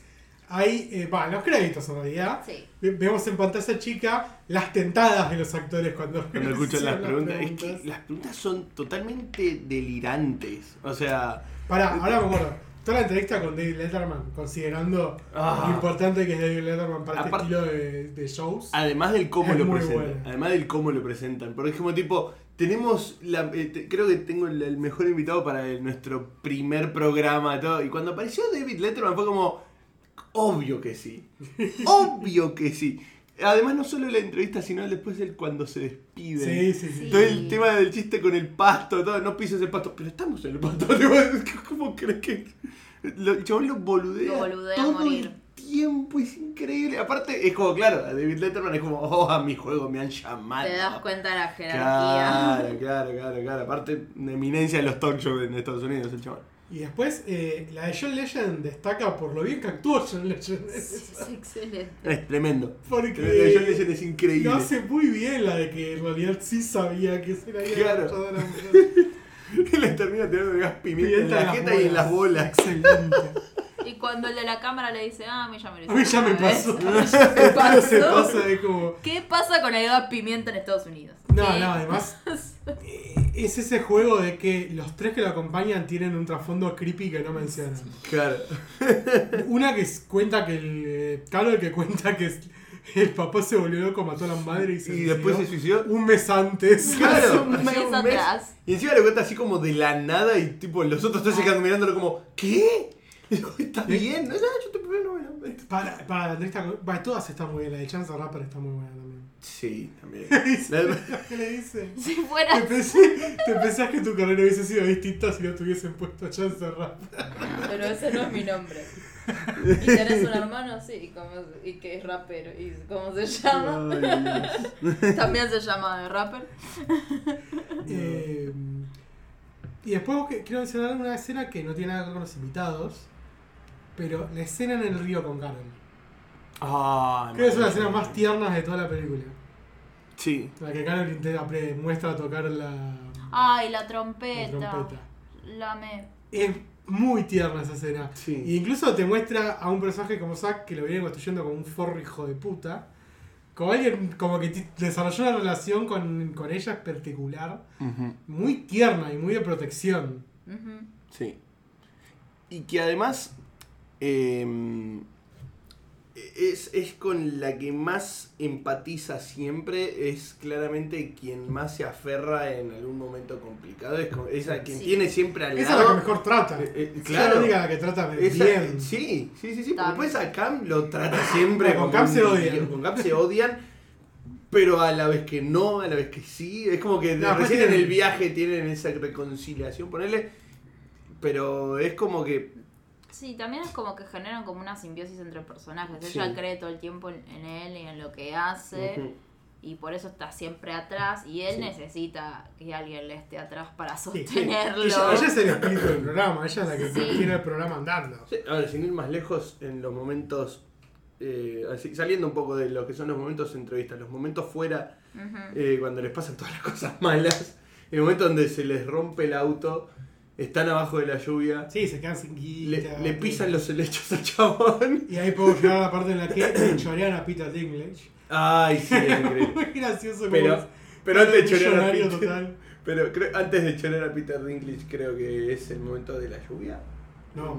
[SPEAKER 1] hay. eh, Va, en los créditos en realidad.
[SPEAKER 2] Sí.
[SPEAKER 1] Ve- Vemos en pantalla chica las tentadas de los actores cuando,
[SPEAKER 3] cuando escuchan las
[SPEAKER 1] hacen
[SPEAKER 3] preguntas, es que las preguntas son totalmente delirantes. O sea,
[SPEAKER 1] Pará, ahora me acuerdo. Toda la entrevista con David Letterman, considerando
[SPEAKER 3] Ah.
[SPEAKER 1] lo importante que es David Letterman para
[SPEAKER 3] Aparte-
[SPEAKER 1] este estilo de, de shows.
[SPEAKER 3] Además del
[SPEAKER 1] <laughs>
[SPEAKER 3] cómo
[SPEAKER 1] Es
[SPEAKER 3] lo
[SPEAKER 1] muy
[SPEAKER 3] presentan.
[SPEAKER 1] bueno.
[SPEAKER 3] Además del cómo lo presentan. Por ejemplo, tipo, tenemos la, eh, te- creo que tengo el, el mejor invitado para el- nuestro primer programa y todo. Y cuando apareció David Letterman fue como obvio
[SPEAKER 1] <laughs>
[SPEAKER 3] que sí. obvio que sí. Además no solo la entrevista, sino después el cuando se
[SPEAKER 1] Sí,
[SPEAKER 3] despide.
[SPEAKER 1] sí, sí.
[SPEAKER 2] Sí.
[SPEAKER 3] Todo el tema del chiste con el pasto, todo, no pises el pasto, pero estamos en el pasto, <laughs> tipo, ¿cómo crees que...? Lo, el chabón lo boludea,
[SPEAKER 2] Lo boludea a
[SPEAKER 3] todo
[SPEAKER 2] morir.
[SPEAKER 3] el tiempo, es increíble. Aparte, es como, claro, a David Letterman es como, oh, a mi juego me han llamado.
[SPEAKER 2] Te das cuenta de la jerarquía.
[SPEAKER 3] Ah, Claro, claro, claro, claro. Aparte, una eminencia de los talk shows en Estados Unidos, el chabón.
[SPEAKER 1] Y después, eh, la de John Legend destaca por lo bien que actuó John Legend.
[SPEAKER 2] <laughs> Sí, es excelente.
[SPEAKER 3] Es tremendo. Yo
[SPEAKER 1] Porque
[SPEAKER 3] es increíble.
[SPEAKER 1] lo hace muy bien la de que en realidad sí sabía que se la había
[SPEAKER 3] Claro.
[SPEAKER 1] escuchado a la
[SPEAKER 3] <laughs>
[SPEAKER 1] mujer.
[SPEAKER 3] <laughs> Le termina tirando gas pimienta en
[SPEAKER 1] Pimienta
[SPEAKER 3] la jeta y en las bolas.
[SPEAKER 1] Excelente.
[SPEAKER 2] Y cuando el de la cámara le dice, ah, a mí ya me
[SPEAKER 1] <laughs>
[SPEAKER 2] lo
[SPEAKER 1] A mí ya me
[SPEAKER 2] hicieron una
[SPEAKER 1] pasó. <laughs>
[SPEAKER 2] vez". A mí <laughs> ya me
[SPEAKER 1] Pero se
[SPEAKER 2] pasó.
[SPEAKER 1] pasa, es como.
[SPEAKER 2] ¿Qué pasa con la edad pimienta en Estados Unidos?
[SPEAKER 1] No,
[SPEAKER 2] ¿Qué?
[SPEAKER 1] no, además. eh, Es ese juego de que los tres que lo acompañan tienen un trasfondo creepy que no mencionan.
[SPEAKER 3] Claro.
[SPEAKER 1] Una que es- cuenta que el. eh, Carol que cuenta que es- el papá se volvió loco, mató a la madre y se
[SPEAKER 3] Y después se
[SPEAKER 1] suicidó
[SPEAKER 3] suicidó.
[SPEAKER 1] un mes antes. <laughs>
[SPEAKER 3] Claro,
[SPEAKER 2] Un
[SPEAKER 3] hacía
[SPEAKER 2] mes atrás.
[SPEAKER 3] Y encima lo cuenta así como de la nada y tipo los otros tres se quedan mirándolo como, ¿qué? ¿Está bien? No, no, yo te primero bueno.
[SPEAKER 1] Para, para la entrevista con- va, todas están muy bien. La de Chance the Rapper está muy buena también. <laughs>
[SPEAKER 3] Sí, también.
[SPEAKER 1] La- ¿Qué le dice?
[SPEAKER 2] Si
[SPEAKER 1] Te,
[SPEAKER 2] fuera.
[SPEAKER 1] <laughs> pensé- te pensás que tu carrera hubiese sido distinta si no te hubiesen puesto a Chance the Rapper.
[SPEAKER 2] Pero ese no es mi
[SPEAKER 1] <laughs>
[SPEAKER 2] nombre. Y tenés un hermano, sí, y, como- y que es rapero. ¿Y cómo se llama?
[SPEAKER 3] Ay,
[SPEAKER 2] <laughs> También se llama de rapper.
[SPEAKER 1] Eh, y después que- quiero mencionar una escena que no tiene nada que ver con los invitados, pero la escena en el río con Carol.
[SPEAKER 3] Ah,
[SPEAKER 1] Creo que es una
[SPEAKER 3] no.
[SPEAKER 1] de las escenas más tiernas de toda la película.
[SPEAKER 3] Sí.
[SPEAKER 1] La que Carol intenta, pre- muestra tocar la, la
[SPEAKER 2] Ay, la trompeta. La
[SPEAKER 1] trompeta.
[SPEAKER 2] me.
[SPEAKER 1] Es muy tierna esa escena.
[SPEAKER 3] Sí.
[SPEAKER 1] Y incluso te muestra a un personaje como Zack que lo viene construyendo como un forro hijo de puta. Como alguien como que ti- desarrolló una relación con, con ella en particular.
[SPEAKER 3] Ujú,
[SPEAKER 1] Muy tierna y muy de protección.
[SPEAKER 2] Ujú.
[SPEAKER 3] Sí. Y que además eh, es, es con la que más empatiza siempre, es claramente quien más se aferra en algún momento complicado, es, con- es a quien
[SPEAKER 2] Sí.
[SPEAKER 3] tiene siempre al
[SPEAKER 1] Esa es la
[SPEAKER 3] lado.
[SPEAKER 1] que mejor trata.
[SPEAKER 3] Eh, eh,
[SPEAKER 1] Es
[SPEAKER 3] claro.
[SPEAKER 1] la única la que trata de
[SPEAKER 3] Esa- eh,
[SPEAKER 1] bien.
[SPEAKER 3] Sí, sí, sí, sí. Porque
[SPEAKER 2] Tam.
[SPEAKER 3] después a Cam lo trata siempre.
[SPEAKER 1] Bueno, con
[SPEAKER 3] como
[SPEAKER 1] Cam se
[SPEAKER 3] un-
[SPEAKER 1] odian.
[SPEAKER 3] Con Cam se odian. Pero a la vez que no, a la vez que sí. Es como que
[SPEAKER 1] No, después
[SPEAKER 3] recién en
[SPEAKER 1] tienen-
[SPEAKER 3] el viaje tienen esa reconciliación, ponele. Pero es como que
[SPEAKER 2] Sí, también es como que generan como una simbiosis entre personajes.
[SPEAKER 3] Sí.
[SPEAKER 2] Ella cree todo el tiempo en, en él y en lo que hace.
[SPEAKER 3] Ujú.
[SPEAKER 2] Y por eso está siempre atrás. Y él
[SPEAKER 3] Sí.
[SPEAKER 2] necesita que alguien le esté atrás para
[SPEAKER 1] Ella,
[SPEAKER 2] sostenerlo.
[SPEAKER 1] ella es el espíritu del programa, ella es la que
[SPEAKER 2] Sí.
[SPEAKER 1] tiene el programa andando.
[SPEAKER 3] Sí, ahora, sin ir más lejos, en los momentos. eh, así, saliendo un poco de lo que son los momentos de entrevistas, los momentos fuera,
[SPEAKER 2] Ujú.
[SPEAKER 3] eh, cuando les pasan todas las <laughs> cosas malas, el momento donde se les rompe el auto, están abajo de la lluvia,
[SPEAKER 1] Sí, se quedan sin guita.
[SPEAKER 3] le, le pisan los helechos al chabón.
[SPEAKER 1] Y ahí puedo llegar a la parte en la que <coughs> chorean a Peter Dinklage. <laughs>
[SPEAKER 3] Ay, sí, es increíble.
[SPEAKER 1] Muy gracioso <laughs> como
[SPEAKER 3] Pero,
[SPEAKER 1] es.
[SPEAKER 3] pero antes de chorear a
[SPEAKER 1] Millonario
[SPEAKER 3] Peter,
[SPEAKER 1] total.
[SPEAKER 3] pero creo- antes de chorear a Peter Dinklage, creo que es el momento de la lluvia.
[SPEAKER 1] No,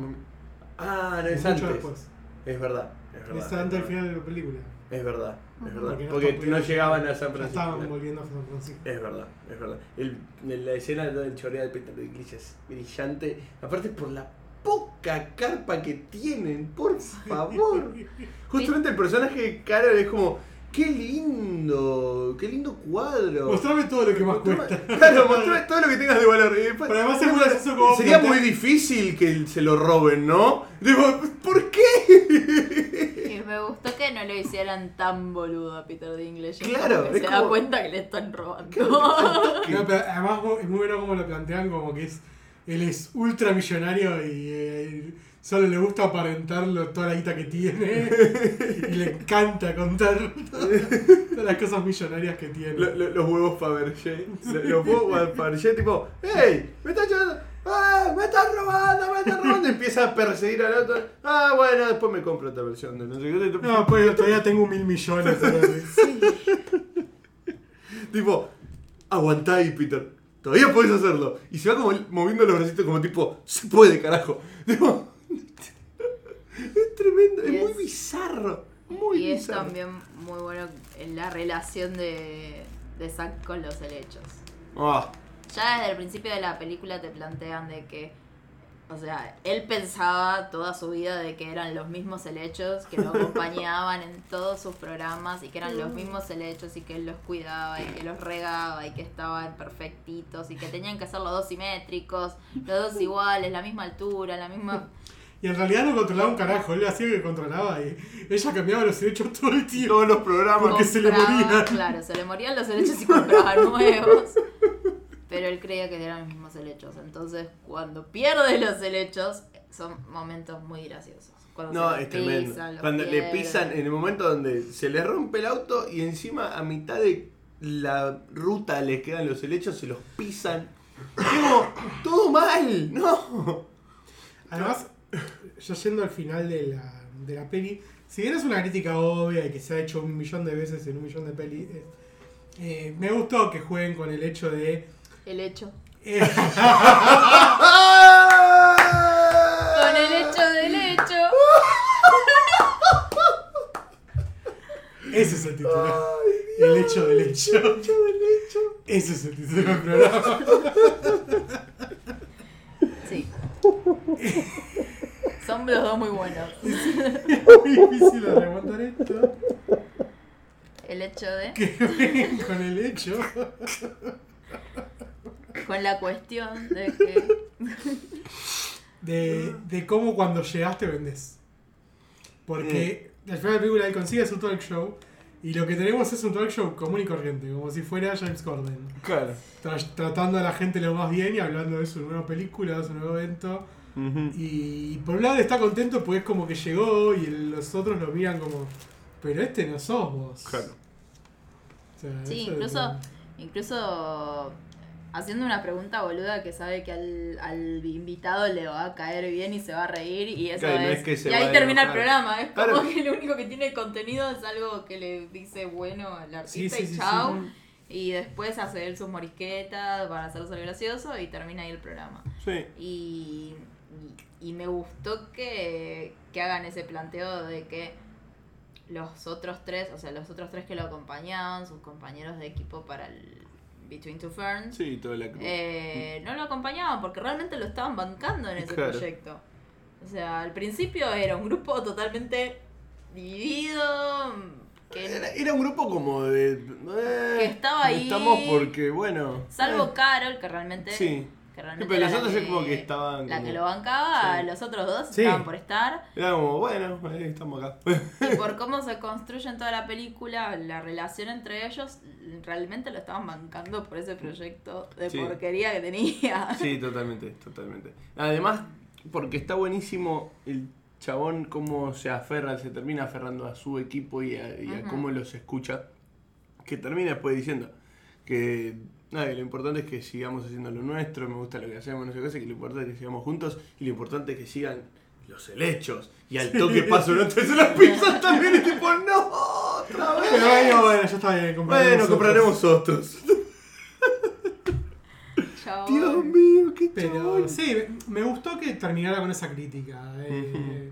[SPEAKER 3] Ah, no es
[SPEAKER 1] mucho
[SPEAKER 3] antes.
[SPEAKER 1] después.
[SPEAKER 3] Es verdad. Es verdad.
[SPEAKER 1] Está antes del final de la película.
[SPEAKER 3] Es verdad, es
[SPEAKER 2] Ujú.
[SPEAKER 3] verdad.
[SPEAKER 1] Porque no
[SPEAKER 3] Porque
[SPEAKER 1] están
[SPEAKER 3] no
[SPEAKER 1] pudiendo-
[SPEAKER 3] llegaban a San
[SPEAKER 1] Ya
[SPEAKER 3] Francisco.
[SPEAKER 1] estaban
[SPEAKER 3] claro.
[SPEAKER 1] volviendo a San Francisco.
[SPEAKER 3] Es verdad, es verdad. El- el- la escena del choreo de Peter Dinklage es brillante. Aparte por la poca carpa que tienen, por favor. Justamente el personaje de Carol es como, qué lindo, qué lindo cuadro.
[SPEAKER 1] Mostrame todo lo que más
[SPEAKER 3] Mostrame-
[SPEAKER 1] cuesta.
[SPEAKER 3] Claro, mostrame todo lo que tengas de valor. Y después-
[SPEAKER 1] Pero además es muy gracioso como
[SPEAKER 3] Sería
[SPEAKER 1] plantea-
[SPEAKER 3] muy difícil que se lo roben, ¿no? Digo, ¿por qué?
[SPEAKER 2] Y me gustó que no lo hicieran tan boludo a Peter Dinklage. Es
[SPEAKER 3] Claro,
[SPEAKER 2] como que
[SPEAKER 3] es
[SPEAKER 2] se
[SPEAKER 3] como-
[SPEAKER 2] da cuenta que le están robando.
[SPEAKER 1] No, pero además mu- es muy bueno como lo plantean, como que es. Él es ultramillonario y eh, solo le gusta aparentarlo toda la guita que tiene. y le encanta contar todas las cosas millonarias que tiene.
[SPEAKER 3] Lo- lo- los huevos Fabergé. Lo- Los huevos Fabergé, tipo, ¡Ey! ¡Me está llevando! ¡Ah! ¡Me están robando! ¡Me están robando! Empieza a perseguir al otro. ¡Ah, bueno! Después me compro otra versión de no sé qué.
[SPEAKER 1] No, pues yo todavía tengo mil millones. ¿sabes?
[SPEAKER 3] Tipo, aguantá ahí, Peter. Todavía podés hacerlo. Y se va como moviendo los bracitos como tipo, se puede, carajo. <laughs> Tipo, es tremendo. Es
[SPEAKER 2] Y
[SPEAKER 3] muy
[SPEAKER 2] es-
[SPEAKER 3] bizarro. Muy
[SPEAKER 2] y es
[SPEAKER 3] bizarro.
[SPEAKER 2] también muy bueno en la relación de, de Zack con los helechos.
[SPEAKER 3] Ah,
[SPEAKER 2] Ya desde el principio de la película te plantean de que, o sea, él pensaba toda su vida de que eran los mismos helechos que lo acompañaban en todos sus programas y que eran los mismos helechos y que él los cuidaba y que los regaba y que estaban perfectitos y que tenían que ser los dos simétricos, los dos iguales, la misma altura, la misma...
[SPEAKER 1] Y en realidad no controlaba un carajo, él hacía que controlaba y ella cambiaba los derechos todo el tiempo.
[SPEAKER 3] todos los programas.
[SPEAKER 1] Porque se le
[SPEAKER 2] Compraba,
[SPEAKER 1] morían.
[SPEAKER 2] Claro, se le morían los helechos
[SPEAKER 3] <laughs>
[SPEAKER 2] y compraba nuevos. Pero él creía que eran los mismos helechos. Entonces, cuando pierde los helechos, son momentos muy graciosos. Cuando
[SPEAKER 3] No,
[SPEAKER 2] se los
[SPEAKER 3] es tremendo.
[SPEAKER 2] pisan, los
[SPEAKER 3] Cuando le
[SPEAKER 2] pierde.
[SPEAKER 3] pisan eh. en el momento donde se le rompe el auto y encima a mitad de la ruta les quedan los helechos, se los pisan. Digo, todo mal, no.
[SPEAKER 1] Además, ya yendo al final de la, de la peli, si bien es una crítica obvia y que se ha hecho un millón de veces en un millón de pelis, eh, eh, me gustó que jueguen con el hecho de.
[SPEAKER 2] El hecho.
[SPEAKER 1] eh, <laughs>
[SPEAKER 2] Con el hecho del hecho.
[SPEAKER 1] ese es el título. El hecho del hecho. Ese es el título del programa.
[SPEAKER 2] Sí. Son los dos muy buenos.
[SPEAKER 1] Muy difícil de remontar esto.
[SPEAKER 2] El hecho de.
[SPEAKER 1] Que jueguen con el hecho.
[SPEAKER 2] Con la cuestión de que.
[SPEAKER 1] de, de cómo cuando llegaste vendes. Porque al final de la película él consigue su talk show y lo que tenemos es un talk show común y corriente, como si fuera James Corden.
[SPEAKER 3] Claro.
[SPEAKER 1] Tra- tratando a la gente lo más bien y hablando de su nueva película, de su nuevo evento. Y por un lado está contento porque es como que llegó y el- los otros lo miran como, pero este no sos vos.
[SPEAKER 3] Claro.
[SPEAKER 1] O sea, eso
[SPEAKER 2] Sí,
[SPEAKER 1] es
[SPEAKER 2] incluso.
[SPEAKER 1] como-
[SPEAKER 2] Incluso haciendo una pregunta boluda que sabe que al, al invitado le va a caer bien y se va a reír y eso
[SPEAKER 3] Claro, y no
[SPEAKER 2] es,
[SPEAKER 3] es que se
[SPEAKER 2] y
[SPEAKER 3] va
[SPEAKER 2] ahí
[SPEAKER 3] a
[SPEAKER 2] termina el
[SPEAKER 3] enojar.
[SPEAKER 2] programa, es como
[SPEAKER 3] Claro.
[SPEAKER 2] que lo único que tiene contenido es algo que le dice bueno al
[SPEAKER 1] Sí,
[SPEAKER 2] artista
[SPEAKER 1] sí, sí,
[SPEAKER 2] y
[SPEAKER 1] sí.
[SPEAKER 2] chao y después hace él sus morisquetas para hacerse el gracioso y termina ahí el programa.
[SPEAKER 3] Sí.
[SPEAKER 2] Y, y, y me gustó que, que hagan ese planteo de que los otros tres, o sea, los otros tres que lo acompañaban, sus compañeros de equipo para el Between Two Ferns,
[SPEAKER 3] Sí, toda la cruz.
[SPEAKER 2] eh, no lo acompañaban porque realmente lo estaban bancando en ese
[SPEAKER 3] Claro.
[SPEAKER 2] proyecto. O sea, al principio era un grupo totalmente dividido,
[SPEAKER 3] Era,
[SPEAKER 2] que,
[SPEAKER 3] era un grupo como de. eh,
[SPEAKER 2] Que estaba ahí.
[SPEAKER 3] Estamos porque, bueno.
[SPEAKER 2] salvo
[SPEAKER 3] eh,
[SPEAKER 2] Carol, que realmente
[SPEAKER 3] Sí.
[SPEAKER 2] que realmente
[SPEAKER 3] pero
[SPEAKER 2] era
[SPEAKER 3] los
[SPEAKER 2] la
[SPEAKER 3] otros
[SPEAKER 2] que,
[SPEAKER 3] es como que estaban
[SPEAKER 2] La que
[SPEAKER 3] como-
[SPEAKER 2] lo bancaba,
[SPEAKER 3] Sí.
[SPEAKER 2] los otros dos
[SPEAKER 1] Sí.
[SPEAKER 2] estaban por estar.
[SPEAKER 3] eh, Era como, bueno, eh, estamos acá. <laughs>
[SPEAKER 2] Y por cómo se construye en toda la película, la relación entre ellos, realmente lo estaban bancando por ese proyecto de
[SPEAKER 3] Sí.
[SPEAKER 2] porquería que tenía.
[SPEAKER 3] <laughs>
[SPEAKER 2] <laughs>
[SPEAKER 3] Sí, totalmente, totalmente. Además, porque está buenísimo el chabón cómo se aferra, se termina aferrando a su equipo y a, y a
[SPEAKER 2] Ujú.
[SPEAKER 3] cómo los escucha, que termina después diciendo que nada, que lo importante es que sigamos haciendo lo nuestro, me gusta lo que hacemos, no sé qué, que lo importante es que sigamos juntos y lo importante es que sigan los helechos y al toque paso no te las pizzas también y tipo no otra vez
[SPEAKER 1] Pero bueno, bueno, ya está bien. compraremos
[SPEAKER 3] bueno
[SPEAKER 1] otros.
[SPEAKER 3] compraremos otros
[SPEAKER 2] Chabón.
[SPEAKER 3] Dios mío qué
[SPEAKER 1] Pero
[SPEAKER 3] chabón
[SPEAKER 1] sí, me gustó que terminara con esa crítica. eh,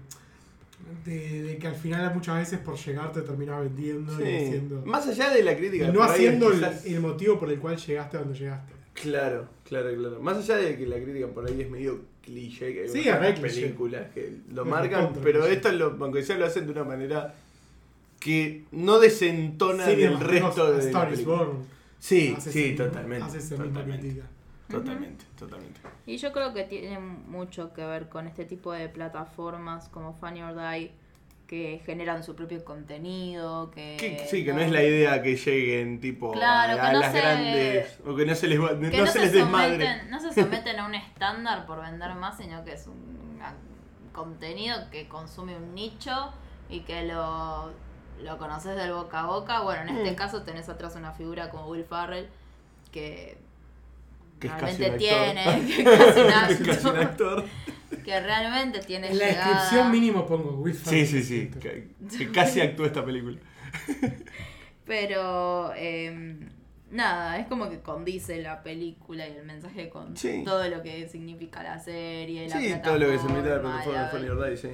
[SPEAKER 1] de, de que al final muchas veces por llegar te terminás vendiendo
[SPEAKER 3] Sí.
[SPEAKER 1] y diciendo.
[SPEAKER 3] Más allá de la crítica.
[SPEAKER 1] y no
[SPEAKER 3] por ahí
[SPEAKER 1] haciendo
[SPEAKER 3] es
[SPEAKER 1] el,
[SPEAKER 3] quizás-
[SPEAKER 1] el motivo por el cual llegaste a donde llegaste.
[SPEAKER 3] Claro, claro, claro. Más allá de que la crítica por ahí es medio cliché, que hay
[SPEAKER 1] Sí,
[SPEAKER 3] unas
[SPEAKER 1] es re cliché.
[SPEAKER 3] películas que lo
[SPEAKER 1] Es
[SPEAKER 3] marcan,
[SPEAKER 1] recontra
[SPEAKER 3] pero
[SPEAKER 1] cliché.
[SPEAKER 3] esto, lo, aunque sea, lo hacen de una manera que no desentona
[SPEAKER 1] Sí,
[SPEAKER 3] del
[SPEAKER 1] digamos,
[SPEAKER 3] resto
[SPEAKER 1] digamos,
[SPEAKER 3] de la
[SPEAKER 1] Star is
[SPEAKER 3] película.
[SPEAKER 1] Born.
[SPEAKER 3] Sí,
[SPEAKER 1] hace
[SPEAKER 3] sí,
[SPEAKER 1] ese-
[SPEAKER 3] totalmente.
[SPEAKER 1] Hace esa misma
[SPEAKER 3] Totalmente,
[SPEAKER 1] crítica.
[SPEAKER 3] totalmente, totalmente.
[SPEAKER 2] Y yo creo que tiene mucho que ver con este tipo de plataformas como Funny or Die que generan su propio contenido, que...
[SPEAKER 3] Que- sí, que no es la idea que lleguen tipo
[SPEAKER 2] Eh, Claro,
[SPEAKER 3] a,
[SPEAKER 2] que
[SPEAKER 3] a
[SPEAKER 2] no
[SPEAKER 3] las
[SPEAKER 2] se-
[SPEAKER 3] grandes o que no se les va- <laughs>
[SPEAKER 2] que
[SPEAKER 3] no se les desmadre.
[SPEAKER 2] someten, no se
[SPEAKER 3] <laughs>
[SPEAKER 2] someten a un estándar por vender más, sino que es un a- contenido que consume un nicho y que lo, lo conoces del boca a boca. Bueno, en este
[SPEAKER 3] Mm.
[SPEAKER 2] caso tenés atrás una figura como Will Farrell que,
[SPEAKER 3] Que es casi
[SPEAKER 2] realmente
[SPEAKER 3] un actor. <laughs>
[SPEAKER 2] tiene, que es casi un
[SPEAKER 3] Que es casi un
[SPEAKER 2] actor,
[SPEAKER 3] actor.
[SPEAKER 2] que realmente tiene
[SPEAKER 1] En la
[SPEAKER 2] llegada.
[SPEAKER 1] descripción mínimo pongo Will
[SPEAKER 3] Sí,
[SPEAKER 1] Ferrell.
[SPEAKER 3] sí, sí. Que,
[SPEAKER 2] <laughs>
[SPEAKER 3] que casi actúa esta película.
[SPEAKER 2] Pero eh, nada, es como que condice la película y el mensaje con
[SPEAKER 3] Sí.
[SPEAKER 2] todo lo que significa la serie, la
[SPEAKER 3] Sí, todo lo que se mete a la
[SPEAKER 2] plataforma,
[SPEAKER 3] plataforma de
[SPEAKER 2] la-
[SPEAKER 3] Funny or Die, sí.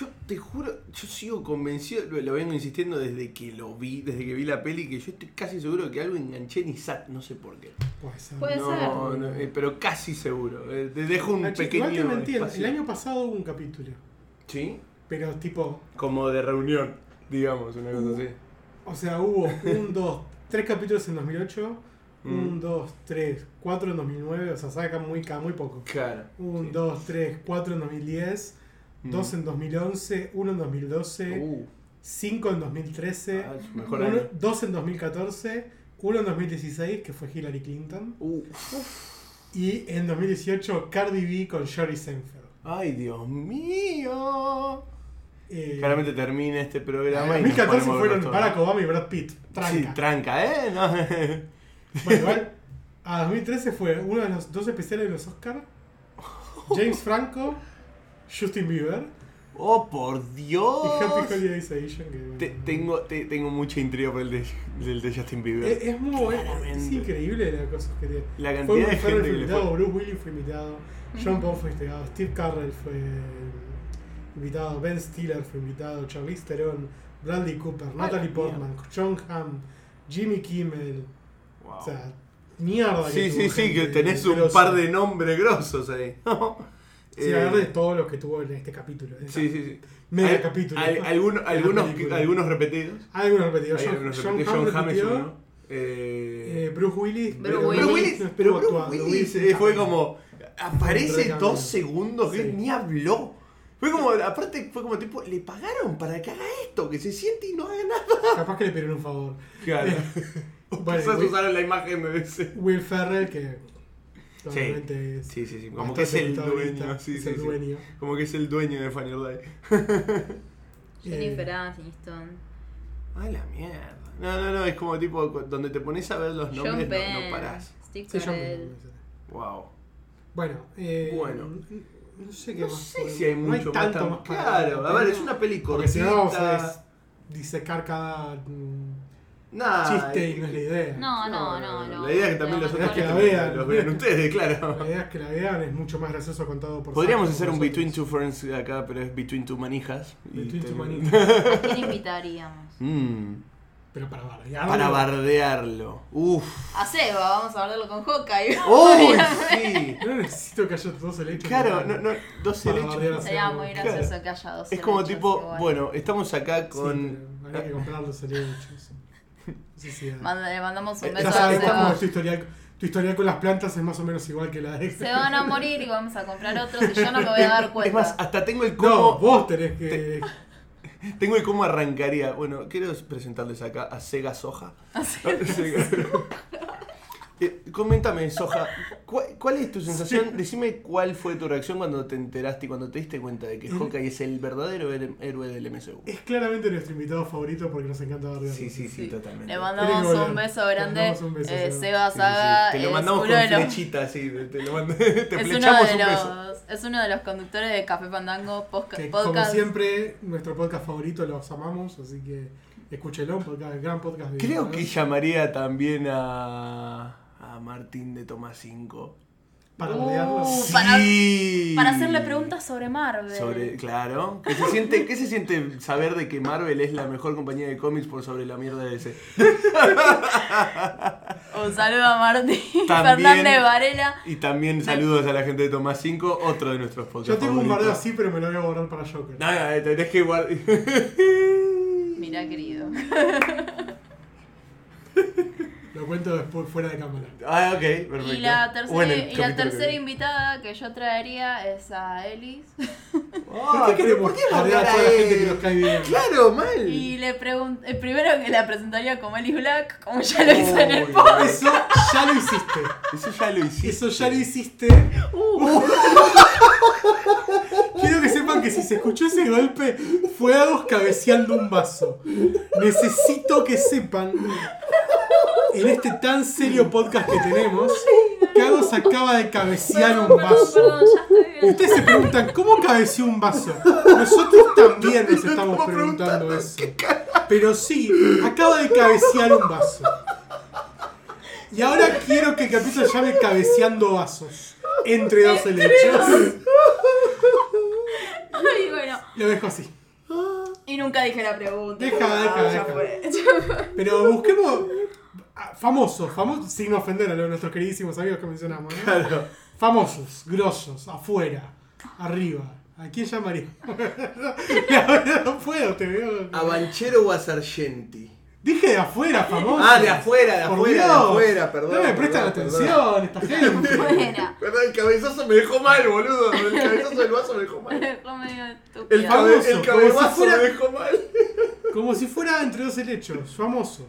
[SPEAKER 3] Yo te juro, yo sigo convencido, lo, lo vengo insistiendo desde que lo vi, desde que vi la peli, que yo estoy casi seguro que algo enganché en Isaac, no sé por qué.
[SPEAKER 1] Puede ser.
[SPEAKER 2] Puede
[SPEAKER 3] no,
[SPEAKER 2] ser.
[SPEAKER 3] no, eh, pero casi seguro. eh, te dejo un
[SPEAKER 1] Ah, che,
[SPEAKER 3] pequeño.
[SPEAKER 1] Igual te mentí, el- el
[SPEAKER 3] espacio.
[SPEAKER 1] año pasado hubo un capítulo.
[SPEAKER 3] Sí,
[SPEAKER 1] Pero tipo,
[SPEAKER 3] como de reunión, digamos, una cosa así.
[SPEAKER 1] o sea, hubo
[SPEAKER 3] <laughs>
[SPEAKER 1] un, dos, tres capítulos en 2008,
[SPEAKER 3] Mm.
[SPEAKER 1] un, dos, tres, cuatro en 2009, o sea, saca muy, cada muy poco.
[SPEAKER 3] Claro.
[SPEAKER 1] Un,
[SPEAKER 3] sí.
[SPEAKER 1] dos, tres, cuatro en 2010,
[SPEAKER 3] Mm.
[SPEAKER 1] dos en 2011, uno en 2012,
[SPEAKER 3] Uh,
[SPEAKER 1] cinco en 2013,
[SPEAKER 3] ah, su mejor
[SPEAKER 1] uno-
[SPEAKER 3] año.
[SPEAKER 1] dos en 2014, uno en 2016, que fue Hillary Clinton,
[SPEAKER 3] Uh,
[SPEAKER 1] y en 2018 Cardi B con Jerry Seinfeld.
[SPEAKER 3] ay, Dios mío.
[SPEAKER 1] Eh,
[SPEAKER 3] Claramente termina este programa.
[SPEAKER 1] en
[SPEAKER 3] y nos
[SPEAKER 1] 2014
[SPEAKER 3] ponemos a
[SPEAKER 1] fueron
[SPEAKER 3] vernos
[SPEAKER 1] Barack
[SPEAKER 3] todos.
[SPEAKER 1] Obama y Brad Pitt. Tranca.
[SPEAKER 3] Sí, tranca, ¿eh? No. <laughs>
[SPEAKER 1] Bueno, igual, a 2013 fue uno de los dos especiales de los
[SPEAKER 3] <laughs>
[SPEAKER 1] Oscars. James Franco, Justin Bieber
[SPEAKER 3] Oh, por Dios.
[SPEAKER 1] y Happy Holidays Edition. Que, bueno,
[SPEAKER 3] Te- tengo, te- tengo mucha intriga por el de, del de Justin Bieber.
[SPEAKER 1] Es, es muy bueno, es
[SPEAKER 3] Claramente.
[SPEAKER 1] increíble las cosas que tiene.
[SPEAKER 3] la
[SPEAKER 1] Fue
[SPEAKER 3] cantidad
[SPEAKER 1] Will
[SPEAKER 3] de
[SPEAKER 1] Ferrell
[SPEAKER 3] gente que
[SPEAKER 1] fue
[SPEAKER 3] le
[SPEAKER 1] invitado,
[SPEAKER 3] fue.
[SPEAKER 1] Bruce Willis fue invitado, John Paul fue invitado, Steve Carrell fue invitado, Ben Stiller fue invitado, Charlize Theron, Bradley Cooper, Natalie Portman, John Hamm, Jimmy Kimmel,
[SPEAKER 3] Wow.
[SPEAKER 1] o sea, mierda. que
[SPEAKER 3] sí,
[SPEAKER 1] tuvo
[SPEAKER 3] sí, sí, que
[SPEAKER 1] gente
[SPEAKER 3] tenés un
[SPEAKER 1] grosa.
[SPEAKER 3] par de nombres grosos ahí. <laughs>
[SPEAKER 1] Sí,
[SPEAKER 3] Eh,
[SPEAKER 1] la verdad de todos los que tuvo en este capítulo. en
[SPEAKER 3] sí,
[SPEAKER 1] esta
[SPEAKER 3] sí, sí.
[SPEAKER 1] Mega
[SPEAKER 3] Al-
[SPEAKER 1] capítulo.
[SPEAKER 3] al-
[SPEAKER 1] <laughs>
[SPEAKER 3] alguno-
[SPEAKER 1] la
[SPEAKER 3] algunos,
[SPEAKER 1] película.
[SPEAKER 3] algunos repetidos.
[SPEAKER 1] Algunos repetidos.
[SPEAKER 3] Hay
[SPEAKER 1] John,
[SPEAKER 3] algunos
[SPEAKER 1] John
[SPEAKER 3] repetidos.
[SPEAKER 1] Hamm
[SPEAKER 3] John Hamm es
[SPEAKER 1] repitió,
[SPEAKER 3] uno. Eh,
[SPEAKER 1] eh, Bruce Willis.
[SPEAKER 2] Bruce
[SPEAKER 1] pero
[SPEAKER 2] Willis.
[SPEAKER 1] no estuvo
[SPEAKER 3] pero Bruce
[SPEAKER 1] actuando,
[SPEAKER 3] Willis,
[SPEAKER 1] Willis
[SPEAKER 3] eh, fue
[SPEAKER 1] está-
[SPEAKER 3] como. Aparece
[SPEAKER 1] Recameó.
[SPEAKER 3] dos segundos que
[SPEAKER 1] Sí.
[SPEAKER 3] ni habló. Fue como, aparte, fue como tipo, le pagaron para que haga esto, que se siente y no haga nada.
[SPEAKER 1] Capaz que le pidieron un favor.
[SPEAKER 3] <laughs> Claro.
[SPEAKER 1] Bueno,
[SPEAKER 3] Quizás
[SPEAKER 1] Will,
[SPEAKER 3] usaron la imagen de ese.
[SPEAKER 1] Will Ferrell, que realmente es.
[SPEAKER 3] Sí, sí, sí. Como
[SPEAKER 1] bastante
[SPEAKER 3] que es el
[SPEAKER 1] protagonista,
[SPEAKER 3] dueño. Sí,
[SPEAKER 1] es
[SPEAKER 3] sí,
[SPEAKER 1] el
[SPEAKER 3] sí.
[SPEAKER 1] dueño.
[SPEAKER 3] Como que es el dueño de Funny or Die.
[SPEAKER 2] Jennifer
[SPEAKER 1] Eh,
[SPEAKER 2] Aniston.
[SPEAKER 3] Ay, Ah, la mierda. No, no, no. Es como tipo, cu- donde te pones a ver los
[SPEAKER 2] John
[SPEAKER 3] nombres, no, no
[SPEAKER 2] Penn.
[SPEAKER 3] parás.
[SPEAKER 2] Steve
[SPEAKER 1] sí, John
[SPEAKER 2] Carell.
[SPEAKER 1] Penn.
[SPEAKER 3] Wow.
[SPEAKER 1] Bueno, eh,
[SPEAKER 3] Bueno.
[SPEAKER 1] No sé qué
[SPEAKER 3] No
[SPEAKER 1] más.
[SPEAKER 3] sé si hay
[SPEAKER 1] no
[SPEAKER 3] mucho más.
[SPEAKER 1] tanto
[SPEAKER 3] tan-
[SPEAKER 1] más para-
[SPEAKER 3] Claro, a ver, es una peli
[SPEAKER 1] Porque si no, vamos a
[SPEAKER 3] cortita.
[SPEAKER 1] des- disecar cada mm,
[SPEAKER 3] Nah,
[SPEAKER 1] chiste
[SPEAKER 3] eh,
[SPEAKER 1] y no es la idea.
[SPEAKER 2] No, no, no, no.
[SPEAKER 3] La idea es que también
[SPEAKER 2] No,
[SPEAKER 3] los
[SPEAKER 2] no,
[SPEAKER 3] otros
[SPEAKER 1] es que la
[SPEAKER 3] chistes
[SPEAKER 1] vean.
[SPEAKER 3] los vean ustedes, <laughs> claro.
[SPEAKER 1] La idea es que la vean, es mucho más gracioso contado por
[SPEAKER 3] Podríamos
[SPEAKER 1] Sasha
[SPEAKER 3] hacer un
[SPEAKER 1] como
[SPEAKER 3] Between Two
[SPEAKER 1] nosotros.
[SPEAKER 3] Ferns acá, pero es Between Two Manijas. y
[SPEAKER 1] Between Two
[SPEAKER 3] te-
[SPEAKER 1] Manijas.
[SPEAKER 3] <laughs>
[SPEAKER 2] ¿A quién invitaríamos?
[SPEAKER 3] Mm,
[SPEAKER 1] Pero para bardearlo.
[SPEAKER 3] para bardearlo. Uf.
[SPEAKER 2] A Seba, vamos a hablarlo con Hawkeye.
[SPEAKER 3] ¡Uy, sí!
[SPEAKER 1] No necesito que haya dos helechos.
[SPEAKER 3] Claro, no, no, 12
[SPEAKER 1] Para bardear a
[SPEAKER 3] lechos.
[SPEAKER 1] Seba.
[SPEAKER 2] <laughs> Sería muy
[SPEAKER 1] Claro.
[SPEAKER 2] gracioso que haya dos.
[SPEAKER 3] Es como
[SPEAKER 2] helechos
[SPEAKER 3] tipo,
[SPEAKER 2] igual.
[SPEAKER 3] bueno, estamos acá con.
[SPEAKER 1] Sí, pero habría que comprar los helechos. Sí, sí,
[SPEAKER 2] Manda- le mandamos un
[SPEAKER 3] Eh,
[SPEAKER 2] beso
[SPEAKER 1] ya
[SPEAKER 2] a
[SPEAKER 1] sabemos
[SPEAKER 2] Seba.
[SPEAKER 1] cómo es tu historial. tu historia con las plantas es más o menos igual que la de
[SPEAKER 2] Se van a morir y vamos a comprar otros y yo no me voy a dar cuenta.
[SPEAKER 3] Es más, hasta tengo el cómo.
[SPEAKER 1] <laughs> No, vos tenés que.
[SPEAKER 3] Tengo el cómo arrancaría. Bueno, quiero presentarles acá a Sega Soja. <laughs> Eh, coméntame, Soja, ¿cuál, cuál es tu sensación? Decime cuál fue tu reacción cuando te enteraste y cuando te diste cuenta de que Hawkeye es el verdadero her- héroe del MCU.
[SPEAKER 1] Es claramente nuestro invitado favorito porque nos encanta verlo.
[SPEAKER 3] Sí, sí, sí,
[SPEAKER 2] Sí.
[SPEAKER 3] totalmente.
[SPEAKER 2] Le
[SPEAKER 1] Tiene
[SPEAKER 2] mandamos
[SPEAKER 1] que volver.
[SPEAKER 2] un beso
[SPEAKER 1] Le
[SPEAKER 2] grande.
[SPEAKER 1] mandamos un beso,
[SPEAKER 2] eh,
[SPEAKER 1] Seba.
[SPEAKER 2] Seba
[SPEAKER 3] Sí, sí,
[SPEAKER 2] Saga
[SPEAKER 3] Te
[SPEAKER 2] es
[SPEAKER 3] lo mandamos
[SPEAKER 2] uno
[SPEAKER 3] con
[SPEAKER 2] de los-
[SPEAKER 3] flechita, sí. Te, <laughs> te lo mand- te
[SPEAKER 2] es uno
[SPEAKER 3] flechamos
[SPEAKER 2] de
[SPEAKER 3] un beso.
[SPEAKER 2] los es uno de los conductores de Café Fandango posca-
[SPEAKER 1] Que, como
[SPEAKER 2] podcast.
[SPEAKER 1] siempre, nuestro podcast favorito los amamos, así que escúchelo, un podcast, gran podcast de
[SPEAKER 3] Creo que
[SPEAKER 1] videojuegos.
[SPEAKER 3] llamaría también a. a Martín de Toma 5.
[SPEAKER 1] Para
[SPEAKER 2] Uh,
[SPEAKER 3] Oh,
[SPEAKER 1] rodearlo.
[SPEAKER 2] Para-
[SPEAKER 3] Sí.
[SPEAKER 2] Para hacerle preguntas sobre Marvel.
[SPEAKER 3] Sobre, claro. ¿Qué se, siente, ¿Qué se siente saber de que Marvel es la mejor compañía de cómics por sobre la mierda de ese?
[SPEAKER 2] Un saludo a Martín
[SPEAKER 3] <laughs> También-
[SPEAKER 2] Fernández Varela.
[SPEAKER 3] Y también saludos a la gente de Tomás 5, otro de nuestros podcasts.
[SPEAKER 1] Yo tengo un
[SPEAKER 3] favoritos.
[SPEAKER 1] bardeo así, pero me lo voy a borrar para Joker.
[SPEAKER 3] Nada, eh, tenés que guardar. <laughs>
[SPEAKER 2] Mira querido.
[SPEAKER 1] Lo cuento después fuera de cámara.
[SPEAKER 3] Ah, ok, perfecto.
[SPEAKER 2] Y la tercera,
[SPEAKER 3] Bueno, el
[SPEAKER 2] y la
[SPEAKER 3] capítulo
[SPEAKER 2] tercera
[SPEAKER 3] que-
[SPEAKER 2] invitada que yo traería es a Elis.
[SPEAKER 3] Ah,
[SPEAKER 1] ¿Por qué queremos bardear a toda la gente que nos cae bien?
[SPEAKER 3] Claro, mal.
[SPEAKER 2] Y le pregun- el primero que la presentaría como Elis Black, como ya lo hice en el
[SPEAKER 3] Uy,
[SPEAKER 2] podcast.
[SPEAKER 1] Eso ya lo hiciste.
[SPEAKER 3] Eso ya lo hiciste.
[SPEAKER 1] Eso ya lo hiciste. Quiero que sepan que si se escuchó ese golpe, fue Agos cabeceando un vaso. Necesito que sepan, en este tan serio podcast que tenemos, que Agos acaba de cabecear un vaso.
[SPEAKER 2] Perdón, ya estoy bien.
[SPEAKER 1] Ustedes se preguntan, ¿cómo cabeció un vaso? Nosotros también nos estamos preguntando eso. Pero sí, acaba de cabecear un vaso. Y ahora quiero que el capítulo se llame Cabeceando Vasos. Entre dos helechos.
[SPEAKER 2] Ay, bueno.
[SPEAKER 1] Lo dejo así.
[SPEAKER 2] Y nunca dije la pregunta. Ah,
[SPEAKER 1] Deja, deja,
[SPEAKER 2] ya
[SPEAKER 1] deja.
[SPEAKER 2] fue. <laughs>
[SPEAKER 1] Pero busquemos ah, famosos, famosos, sin ofender a los- nuestros queridísimos amigos que mencionamos. ¿no?
[SPEAKER 3] Claro.
[SPEAKER 1] Famosos, grosos, afuera, arriba. ¿A quién llamaría? <laughs> no puedo, te veo.
[SPEAKER 3] ¿A Banchero o a Sargenti?
[SPEAKER 1] Dije de afuera, famoso.
[SPEAKER 3] Ah, de afuera, de
[SPEAKER 1] Por
[SPEAKER 3] afuera, de
[SPEAKER 1] Dios.
[SPEAKER 3] afuera, perdón.
[SPEAKER 1] No me prestan
[SPEAKER 3] perdón,
[SPEAKER 1] atención
[SPEAKER 3] <laughs>
[SPEAKER 1] esta gente.
[SPEAKER 2] Buena.
[SPEAKER 3] Perdón, el cabezazo me dejó mal, boludo. El cabezazo del vaso me dejó mal.
[SPEAKER 2] Fue medio
[SPEAKER 3] El,
[SPEAKER 2] estúpida.
[SPEAKER 1] famoso,
[SPEAKER 3] cabe- el
[SPEAKER 1] como si
[SPEAKER 3] cabezazo
[SPEAKER 1] fuera-
[SPEAKER 3] me dejó mal.
[SPEAKER 1] Como si fuera entre dos helechos, famosos.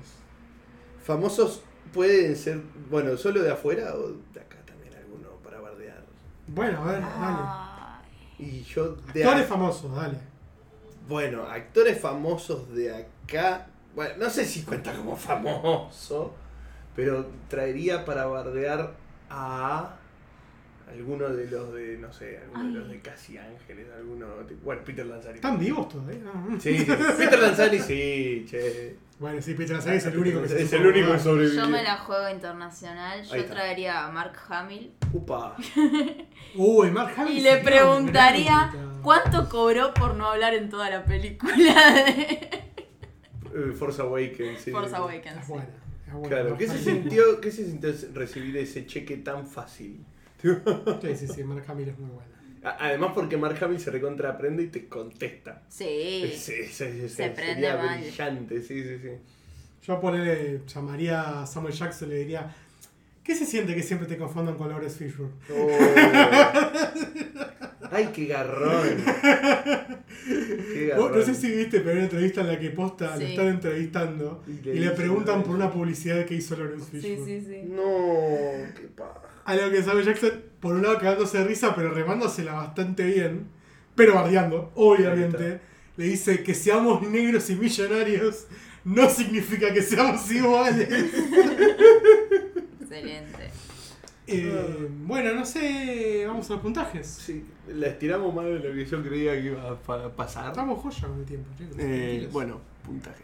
[SPEAKER 3] Famosos pueden ser, bueno, solo de afuera o de acá también alguno para bardear.
[SPEAKER 1] Bueno, a ver,
[SPEAKER 2] Ah.
[SPEAKER 1] dale.
[SPEAKER 2] Ay.
[SPEAKER 3] Y yo de
[SPEAKER 1] Actores
[SPEAKER 3] ac-
[SPEAKER 1] famosos, dale.
[SPEAKER 3] Bueno, actores famosos de acá. Bueno, no sé si cuenta como famoso, pero traería para bardear a alguno de los de, no sé, alguno
[SPEAKER 2] Ay.
[SPEAKER 3] de los de Casi Ángeles, alguno, bueno, Peter Lanzari.
[SPEAKER 1] ¿Están vivos todavía? Ah.
[SPEAKER 3] Sí, sí, Peter Lanzari sí, che.
[SPEAKER 1] Bueno, sí, Peter Lanzari es el único que se
[SPEAKER 3] es
[SPEAKER 1] supo
[SPEAKER 3] el único que
[SPEAKER 1] acordar.
[SPEAKER 3] sobrevivió.
[SPEAKER 2] Yo me la juego internacional.
[SPEAKER 3] Ahí
[SPEAKER 2] Yo
[SPEAKER 3] está.
[SPEAKER 2] traería a Mark Hamill.
[SPEAKER 3] Upa.
[SPEAKER 1] Uy, Mark Hamill.
[SPEAKER 2] Y
[SPEAKER 1] sí,
[SPEAKER 2] le
[SPEAKER 1] no,
[SPEAKER 2] preguntaría
[SPEAKER 1] gran pregunta.
[SPEAKER 2] cuánto cobró por no hablar en toda la película de
[SPEAKER 3] Eh, Force Awakens, sí. Ah,
[SPEAKER 2] Force
[SPEAKER 1] Es
[SPEAKER 2] Awakens.
[SPEAKER 1] buena. es buena.
[SPEAKER 3] Claro,
[SPEAKER 1] Mark
[SPEAKER 3] ¿qué se,
[SPEAKER 1] Hamill.
[SPEAKER 3] sintió, ¿qué se sintió recibir ese cheque tan fácil?
[SPEAKER 1] <laughs> Sí, sí, sí, Mark Hamill es muy buena.
[SPEAKER 3] A- Además porque Mark Hamill se recontra prende y te contesta.
[SPEAKER 2] Sí.
[SPEAKER 3] Es- es- es- es-
[SPEAKER 2] Se
[SPEAKER 3] sería
[SPEAKER 2] prende mal.
[SPEAKER 3] brillante, sí, sí, sí.
[SPEAKER 1] Yo ponerle, llamaría a Samuel Jackson y le diría: ¿Qué se siente que siempre te confundan con Lawrence Fishburne?
[SPEAKER 3] Oh. Ay, qué garrón.
[SPEAKER 1] Vos,
[SPEAKER 3] Qué garrón.
[SPEAKER 1] Oh, no sé si viste, pero hay una entrevista en la que posta
[SPEAKER 2] Sí.
[SPEAKER 1] lo están entrevistando
[SPEAKER 3] Y
[SPEAKER 1] y
[SPEAKER 3] le
[SPEAKER 1] le,
[SPEAKER 3] dicen,
[SPEAKER 1] preguntan por una publicidad que hizo Lawrence
[SPEAKER 2] Sí,
[SPEAKER 1] Fishburne.
[SPEAKER 2] sí, sí.
[SPEAKER 3] No, qué paja.
[SPEAKER 1] A lo que Samuel Jackson, por un lado cagándose de risa, pero remándosela bastante bien, pero bardeando,
[SPEAKER 3] Ahí
[SPEAKER 1] obviamente, le dice que seamos negros y millonarios no significa que seamos
[SPEAKER 3] <laughs>
[SPEAKER 1] iguales.
[SPEAKER 2] Excelente.
[SPEAKER 1] Eh, bueno, no sé, vamos a los puntajes.
[SPEAKER 3] Sí, la estiramos más de lo que yo creía que iba a pa- pasar.
[SPEAKER 1] Estamos joya con el tiempo, chicos.
[SPEAKER 3] Eh,
[SPEAKER 1] tranquilos.
[SPEAKER 3] bueno, puntajes.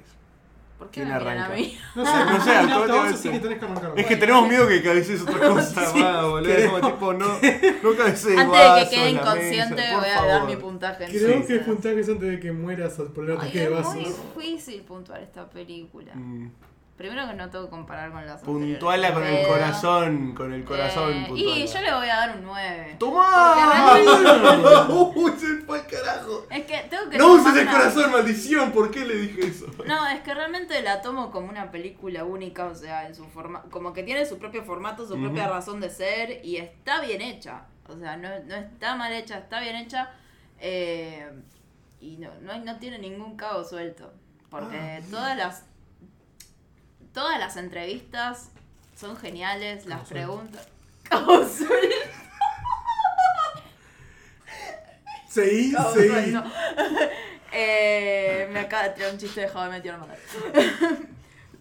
[SPEAKER 2] ¿Por qué
[SPEAKER 3] ¿Quién
[SPEAKER 2] me miran a
[SPEAKER 3] arranca?
[SPEAKER 2] mí?
[SPEAKER 1] no sé,
[SPEAKER 3] no
[SPEAKER 1] no
[SPEAKER 3] sé,
[SPEAKER 1] sé, hasta
[SPEAKER 3] automáticamente.
[SPEAKER 1] vos así que tenés que arrancar.
[SPEAKER 3] Es que tenemos miedo que cabeces
[SPEAKER 2] <laughs>
[SPEAKER 3] otra cosa
[SPEAKER 1] Sí,
[SPEAKER 3] más, boludo. Es Como tipo, no, no cabeces
[SPEAKER 2] Antes de
[SPEAKER 3] vasos,
[SPEAKER 2] que quede
[SPEAKER 3] la
[SPEAKER 2] inconsciente,
[SPEAKER 3] mesa, por
[SPEAKER 2] voy a dar
[SPEAKER 3] favor.
[SPEAKER 2] mi puntaje.
[SPEAKER 1] Creo que
[SPEAKER 2] entonces.
[SPEAKER 1] puntajes antes de que mueras por el
[SPEAKER 2] Ay,
[SPEAKER 1] ataque de
[SPEAKER 2] es muy
[SPEAKER 1] vasos.
[SPEAKER 2] difícil puntuar esta película.
[SPEAKER 3] Mm,
[SPEAKER 2] Primero que no tengo que comparar con las anteriores.
[SPEAKER 3] Puntuala con el
[SPEAKER 2] Pero,
[SPEAKER 3] corazón, con el corazón.
[SPEAKER 2] eh,
[SPEAKER 3] puntuala.
[SPEAKER 2] y yo le voy a dar un 9.
[SPEAKER 3] ¡Tomá!
[SPEAKER 1] Porque
[SPEAKER 3] <laughs> ¡Uy, se fue al carajo! carajo.
[SPEAKER 2] Es que tengo que
[SPEAKER 3] No uses
[SPEAKER 2] tomar
[SPEAKER 3] el
[SPEAKER 2] una-
[SPEAKER 3] corazón, maldición. ¿Por qué le dije eso? <laughs>
[SPEAKER 2] No, es que realmente la tomo como una película única, o sea, en su forma, como que tiene su propio formato, su propia
[SPEAKER 3] Ujú.
[SPEAKER 2] razón de ser y está bien hecha. O sea, no, no está mal hecha, está bien hecha eh, y no, no, hay- no tiene ningún cabo suelto. Porque
[SPEAKER 1] Ah,
[SPEAKER 2] todas las todas las entrevistas son geniales, las
[SPEAKER 1] Cabo suelto.
[SPEAKER 2] preguntas. <laughs> Cabo suelto.
[SPEAKER 1] Seguí,
[SPEAKER 2] Cabo
[SPEAKER 1] seguí.
[SPEAKER 2] suelto. <laughs> Eh, me acaba de tirar un chiste de Java me tiró a matar. <laughs>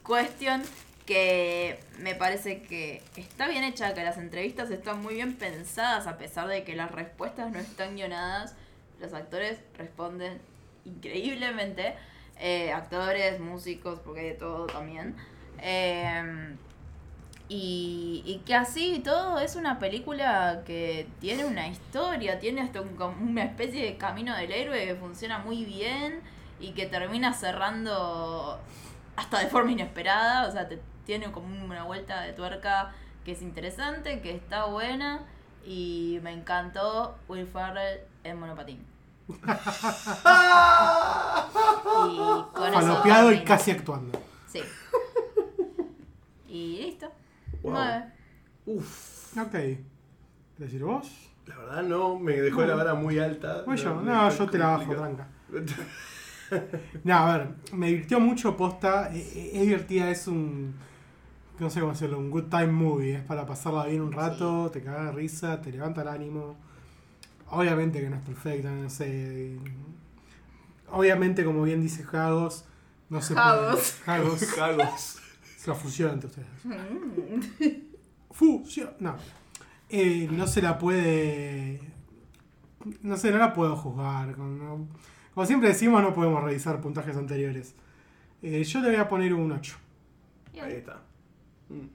[SPEAKER 2] Cuestión que me parece que está bien hecha, que las entrevistas están muy bien pensadas, a pesar de que las respuestas no están guionadas. Los actores responden increíblemente. eh, actores, músicos, porque hay de todo también. Eh, y, y que así y todo es una película que tiene una historia, tiene hasta un com- una especie de camino del héroe que funciona muy bien y que termina cerrando hasta de forma inesperada, o sea, te- tiene como una vuelta de tuerca que es interesante, que está buena y me encantó Will Ferrell en monopatín. Y con
[SPEAKER 1] Falopeado
[SPEAKER 2] eso
[SPEAKER 1] y casi actuando.
[SPEAKER 2] Sí. Y listo.
[SPEAKER 3] Wow.
[SPEAKER 2] Nueve.
[SPEAKER 3] Uf.
[SPEAKER 1] Ok. ¿Decir vos?
[SPEAKER 3] La verdad no, me dejó la vara muy alta.
[SPEAKER 1] Voy yo.
[SPEAKER 3] me
[SPEAKER 1] Ah, No,
[SPEAKER 3] estoy
[SPEAKER 1] yo te la bajo,
[SPEAKER 3] complicando.
[SPEAKER 1] tranca.
[SPEAKER 3] <laughs>
[SPEAKER 1] No, a ver, me divirtió mucho posta. e- e- Es divertida, es un. No sé cómo decirlo, un good time movie. Es para pasarla bien un rato, te caga de risa, te levanta el ánimo. Obviamente que no es perfecta, no sé. Obviamente, como bien dice Jagos, no se puede-
[SPEAKER 2] Jagos.
[SPEAKER 1] Jagos.
[SPEAKER 3] Jagos.
[SPEAKER 1] Es la fusión entre ustedes. Fusión. No. Eh, no se la puede. No sé, no la puedo juzgar. con- no- Como siempre decimos, no podemos revisar puntajes anteriores. Eh, yo le voy a poner un 8.
[SPEAKER 3] Ahí está. Mm.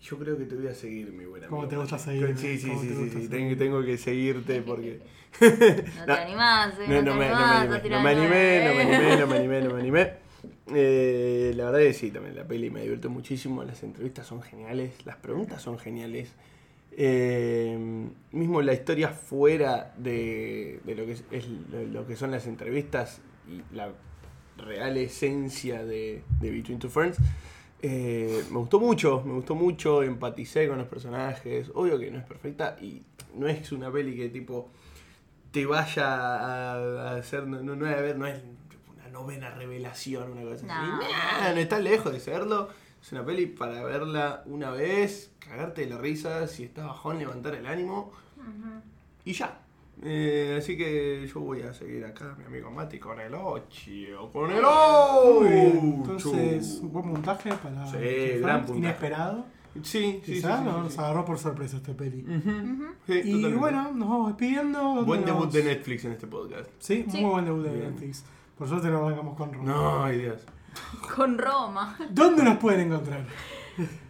[SPEAKER 3] Yo creo que te voy a seguir, mi buena.
[SPEAKER 1] Como
[SPEAKER 3] amigo.
[SPEAKER 1] te gusta seguirme,
[SPEAKER 3] Sí, sí,
[SPEAKER 1] como
[SPEAKER 3] sí,
[SPEAKER 1] te
[SPEAKER 3] sí,
[SPEAKER 1] gusta
[SPEAKER 3] sí,
[SPEAKER 1] seguirme.
[SPEAKER 3] Tengo, tengo que seguirte porque.
[SPEAKER 2] No te
[SPEAKER 3] No.
[SPEAKER 2] animás, eh.
[SPEAKER 3] No, no me,
[SPEAKER 2] No, te
[SPEAKER 3] no me
[SPEAKER 2] animás,
[SPEAKER 3] animé,
[SPEAKER 2] a tirar
[SPEAKER 3] no me animé, no me
[SPEAKER 2] nueve.
[SPEAKER 3] animé, no me animé, no me animé. Eh, la verdad que sí, también la peli me divierte muchísimo, las entrevistas son geniales, las preguntas son geniales. Eh, mismo la historia fuera de, de lo, que es, es lo, lo que son las entrevistas y la real esencia de, de Between Two Ferns. eh, me gustó mucho, me gustó mucho, empaticé con los personajes, obvio que no es perfecta y no es una peli que tipo te vaya a, a hacer, no, no, no, a ver, no es una novena revelación, una cosa así.
[SPEAKER 2] No.
[SPEAKER 3] Nah, no está lejos de serlo. Es una peli para verla una vez, cagarte de la risa, si estás bajón, levantar el ánimo y ya. Eh, así que yo voy a seguir acá, mi amigo Mati, con el 8. ¡Con el 8!
[SPEAKER 1] Muy bien. Entonces, un buen puntaje para.
[SPEAKER 3] Uh, Sí,
[SPEAKER 1] Chifán,
[SPEAKER 3] gran puntaje.
[SPEAKER 1] Inesperado.
[SPEAKER 3] Sí, sí, sí. sí,
[SPEAKER 1] Quizá, ¿no?
[SPEAKER 3] sí,
[SPEAKER 1] Nos
[SPEAKER 3] sí.
[SPEAKER 1] agarró por sorpresa este peli.
[SPEAKER 3] Ujú.
[SPEAKER 2] Ujú.
[SPEAKER 3] Sí,
[SPEAKER 1] Y
[SPEAKER 3] totalmente.
[SPEAKER 1] bueno, nos vamos despidiendo. ¿Dónde
[SPEAKER 3] Buen
[SPEAKER 1] nos-
[SPEAKER 3] debut de Netflix en este podcast.
[SPEAKER 1] Sí,
[SPEAKER 2] Sí.
[SPEAKER 1] muy buen debut de
[SPEAKER 3] Bien.
[SPEAKER 1] Netflix. Por suerte nos vengamos con Ron.
[SPEAKER 3] No, ay Dios.
[SPEAKER 2] <laughs> Con Roma.
[SPEAKER 1] ¿Dónde nos pueden encontrar?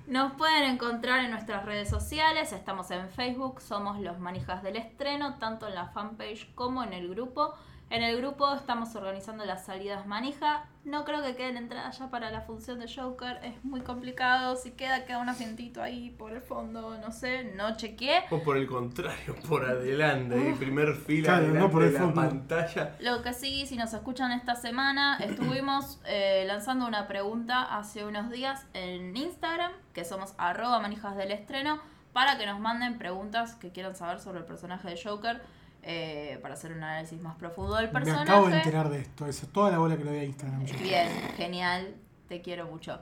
[SPEAKER 2] Nos pueden encontrar en nuestras redes sociales, estamos en Facebook, somos los manijas del estreno, tanto en la fanpage como en el grupo. En el grupo estamos organizando las salidas manija. No creo que queden entradas ya para la función de Joker, es muy complicado. Si queda, queda un asientito ahí por el fondo, no sé, no chequeé.
[SPEAKER 3] O por el contrario, <laughs> por adelante, en primer fila
[SPEAKER 1] Claro, no
[SPEAKER 3] delante
[SPEAKER 1] por el
[SPEAKER 3] de la
[SPEAKER 1] fondo.
[SPEAKER 3] pantalla.
[SPEAKER 2] Lo que sí, si nos escuchan
[SPEAKER 1] <clears throat>
[SPEAKER 2] esta semana, estuvimos eh, lanzando una pregunta hace unos días en Instagram, que somos arroba manijas del estreno, para que nos manden preguntas que quieran saber sobre el personaje de Joker, eh, para hacer un análisis más profundo del
[SPEAKER 1] Me
[SPEAKER 2] personaje.
[SPEAKER 1] acabo de enterar de esto. Eso es toda la bola que le doy a Instagram. yo.
[SPEAKER 2] Bien, genial, te quiero mucho.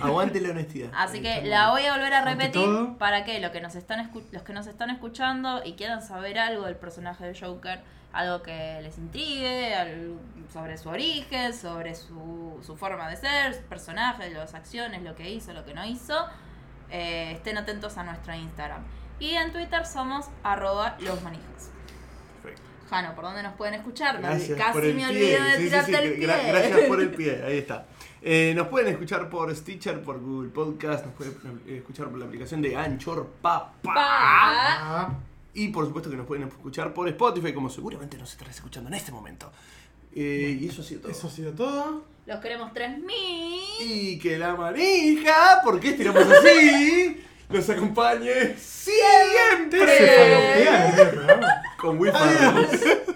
[SPEAKER 3] Aguante la honestidad. Eh,
[SPEAKER 2] Así que
[SPEAKER 3] Estamos-
[SPEAKER 2] la voy a volver a
[SPEAKER 1] Ante
[SPEAKER 2] repetir
[SPEAKER 1] todo-
[SPEAKER 2] para que, lo que nos están escu- los que nos están escuchando y quieran saber algo del personaje de Joker, algo que les intrigue, algo sobre su origen, sobre su, su forma de ser, su personaje, las acciones, lo que hizo, lo que no hizo, eh, estén atentos a nuestro Instagram. Y en Twitter somos arroba los manijas.
[SPEAKER 3] Perfecto.
[SPEAKER 2] Jano, ¿por dónde nos pueden escuchar? Me-
[SPEAKER 3] Gracias
[SPEAKER 2] Casi
[SPEAKER 3] por el pie.
[SPEAKER 2] me olvido de
[SPEAKER 3] Sí, sí,
[SPEAKER 2] tirarte
[SPEAKER 3] sí,
[SPEAKER 2] el pie.
[SPEAKER 3] gra- gracias
[SPEAKER 2] <laughs>
[SPEAKER 3] por el pie, ahí está. Eh, nos pueden escuchar por Stitcher, por Google Podcast, nos pueden eh, escuchar por la aplicación de Anchor Papá.
[SPEAKER 2] Pa.
[SPEAKER 1] Ah,
[SPEAKER 3] Y por supuesto que nos pueden escuchar por Spotify, como seguramente nos estarás escuchando en este momento. Eh, y eso ha sido todo.
[SPEAKER 1] Eso ha sido todo.
[SPEAKER 2] Los queremos 3000.
[SPEAKER 3] Y que la manija, porque estiramos así, nos acompañe siempre.
[SPEAKER 1] Se falopea el programa.
[SPEAKER 3] Con Will Ferrell.
[SPEAKER 1] Adiós.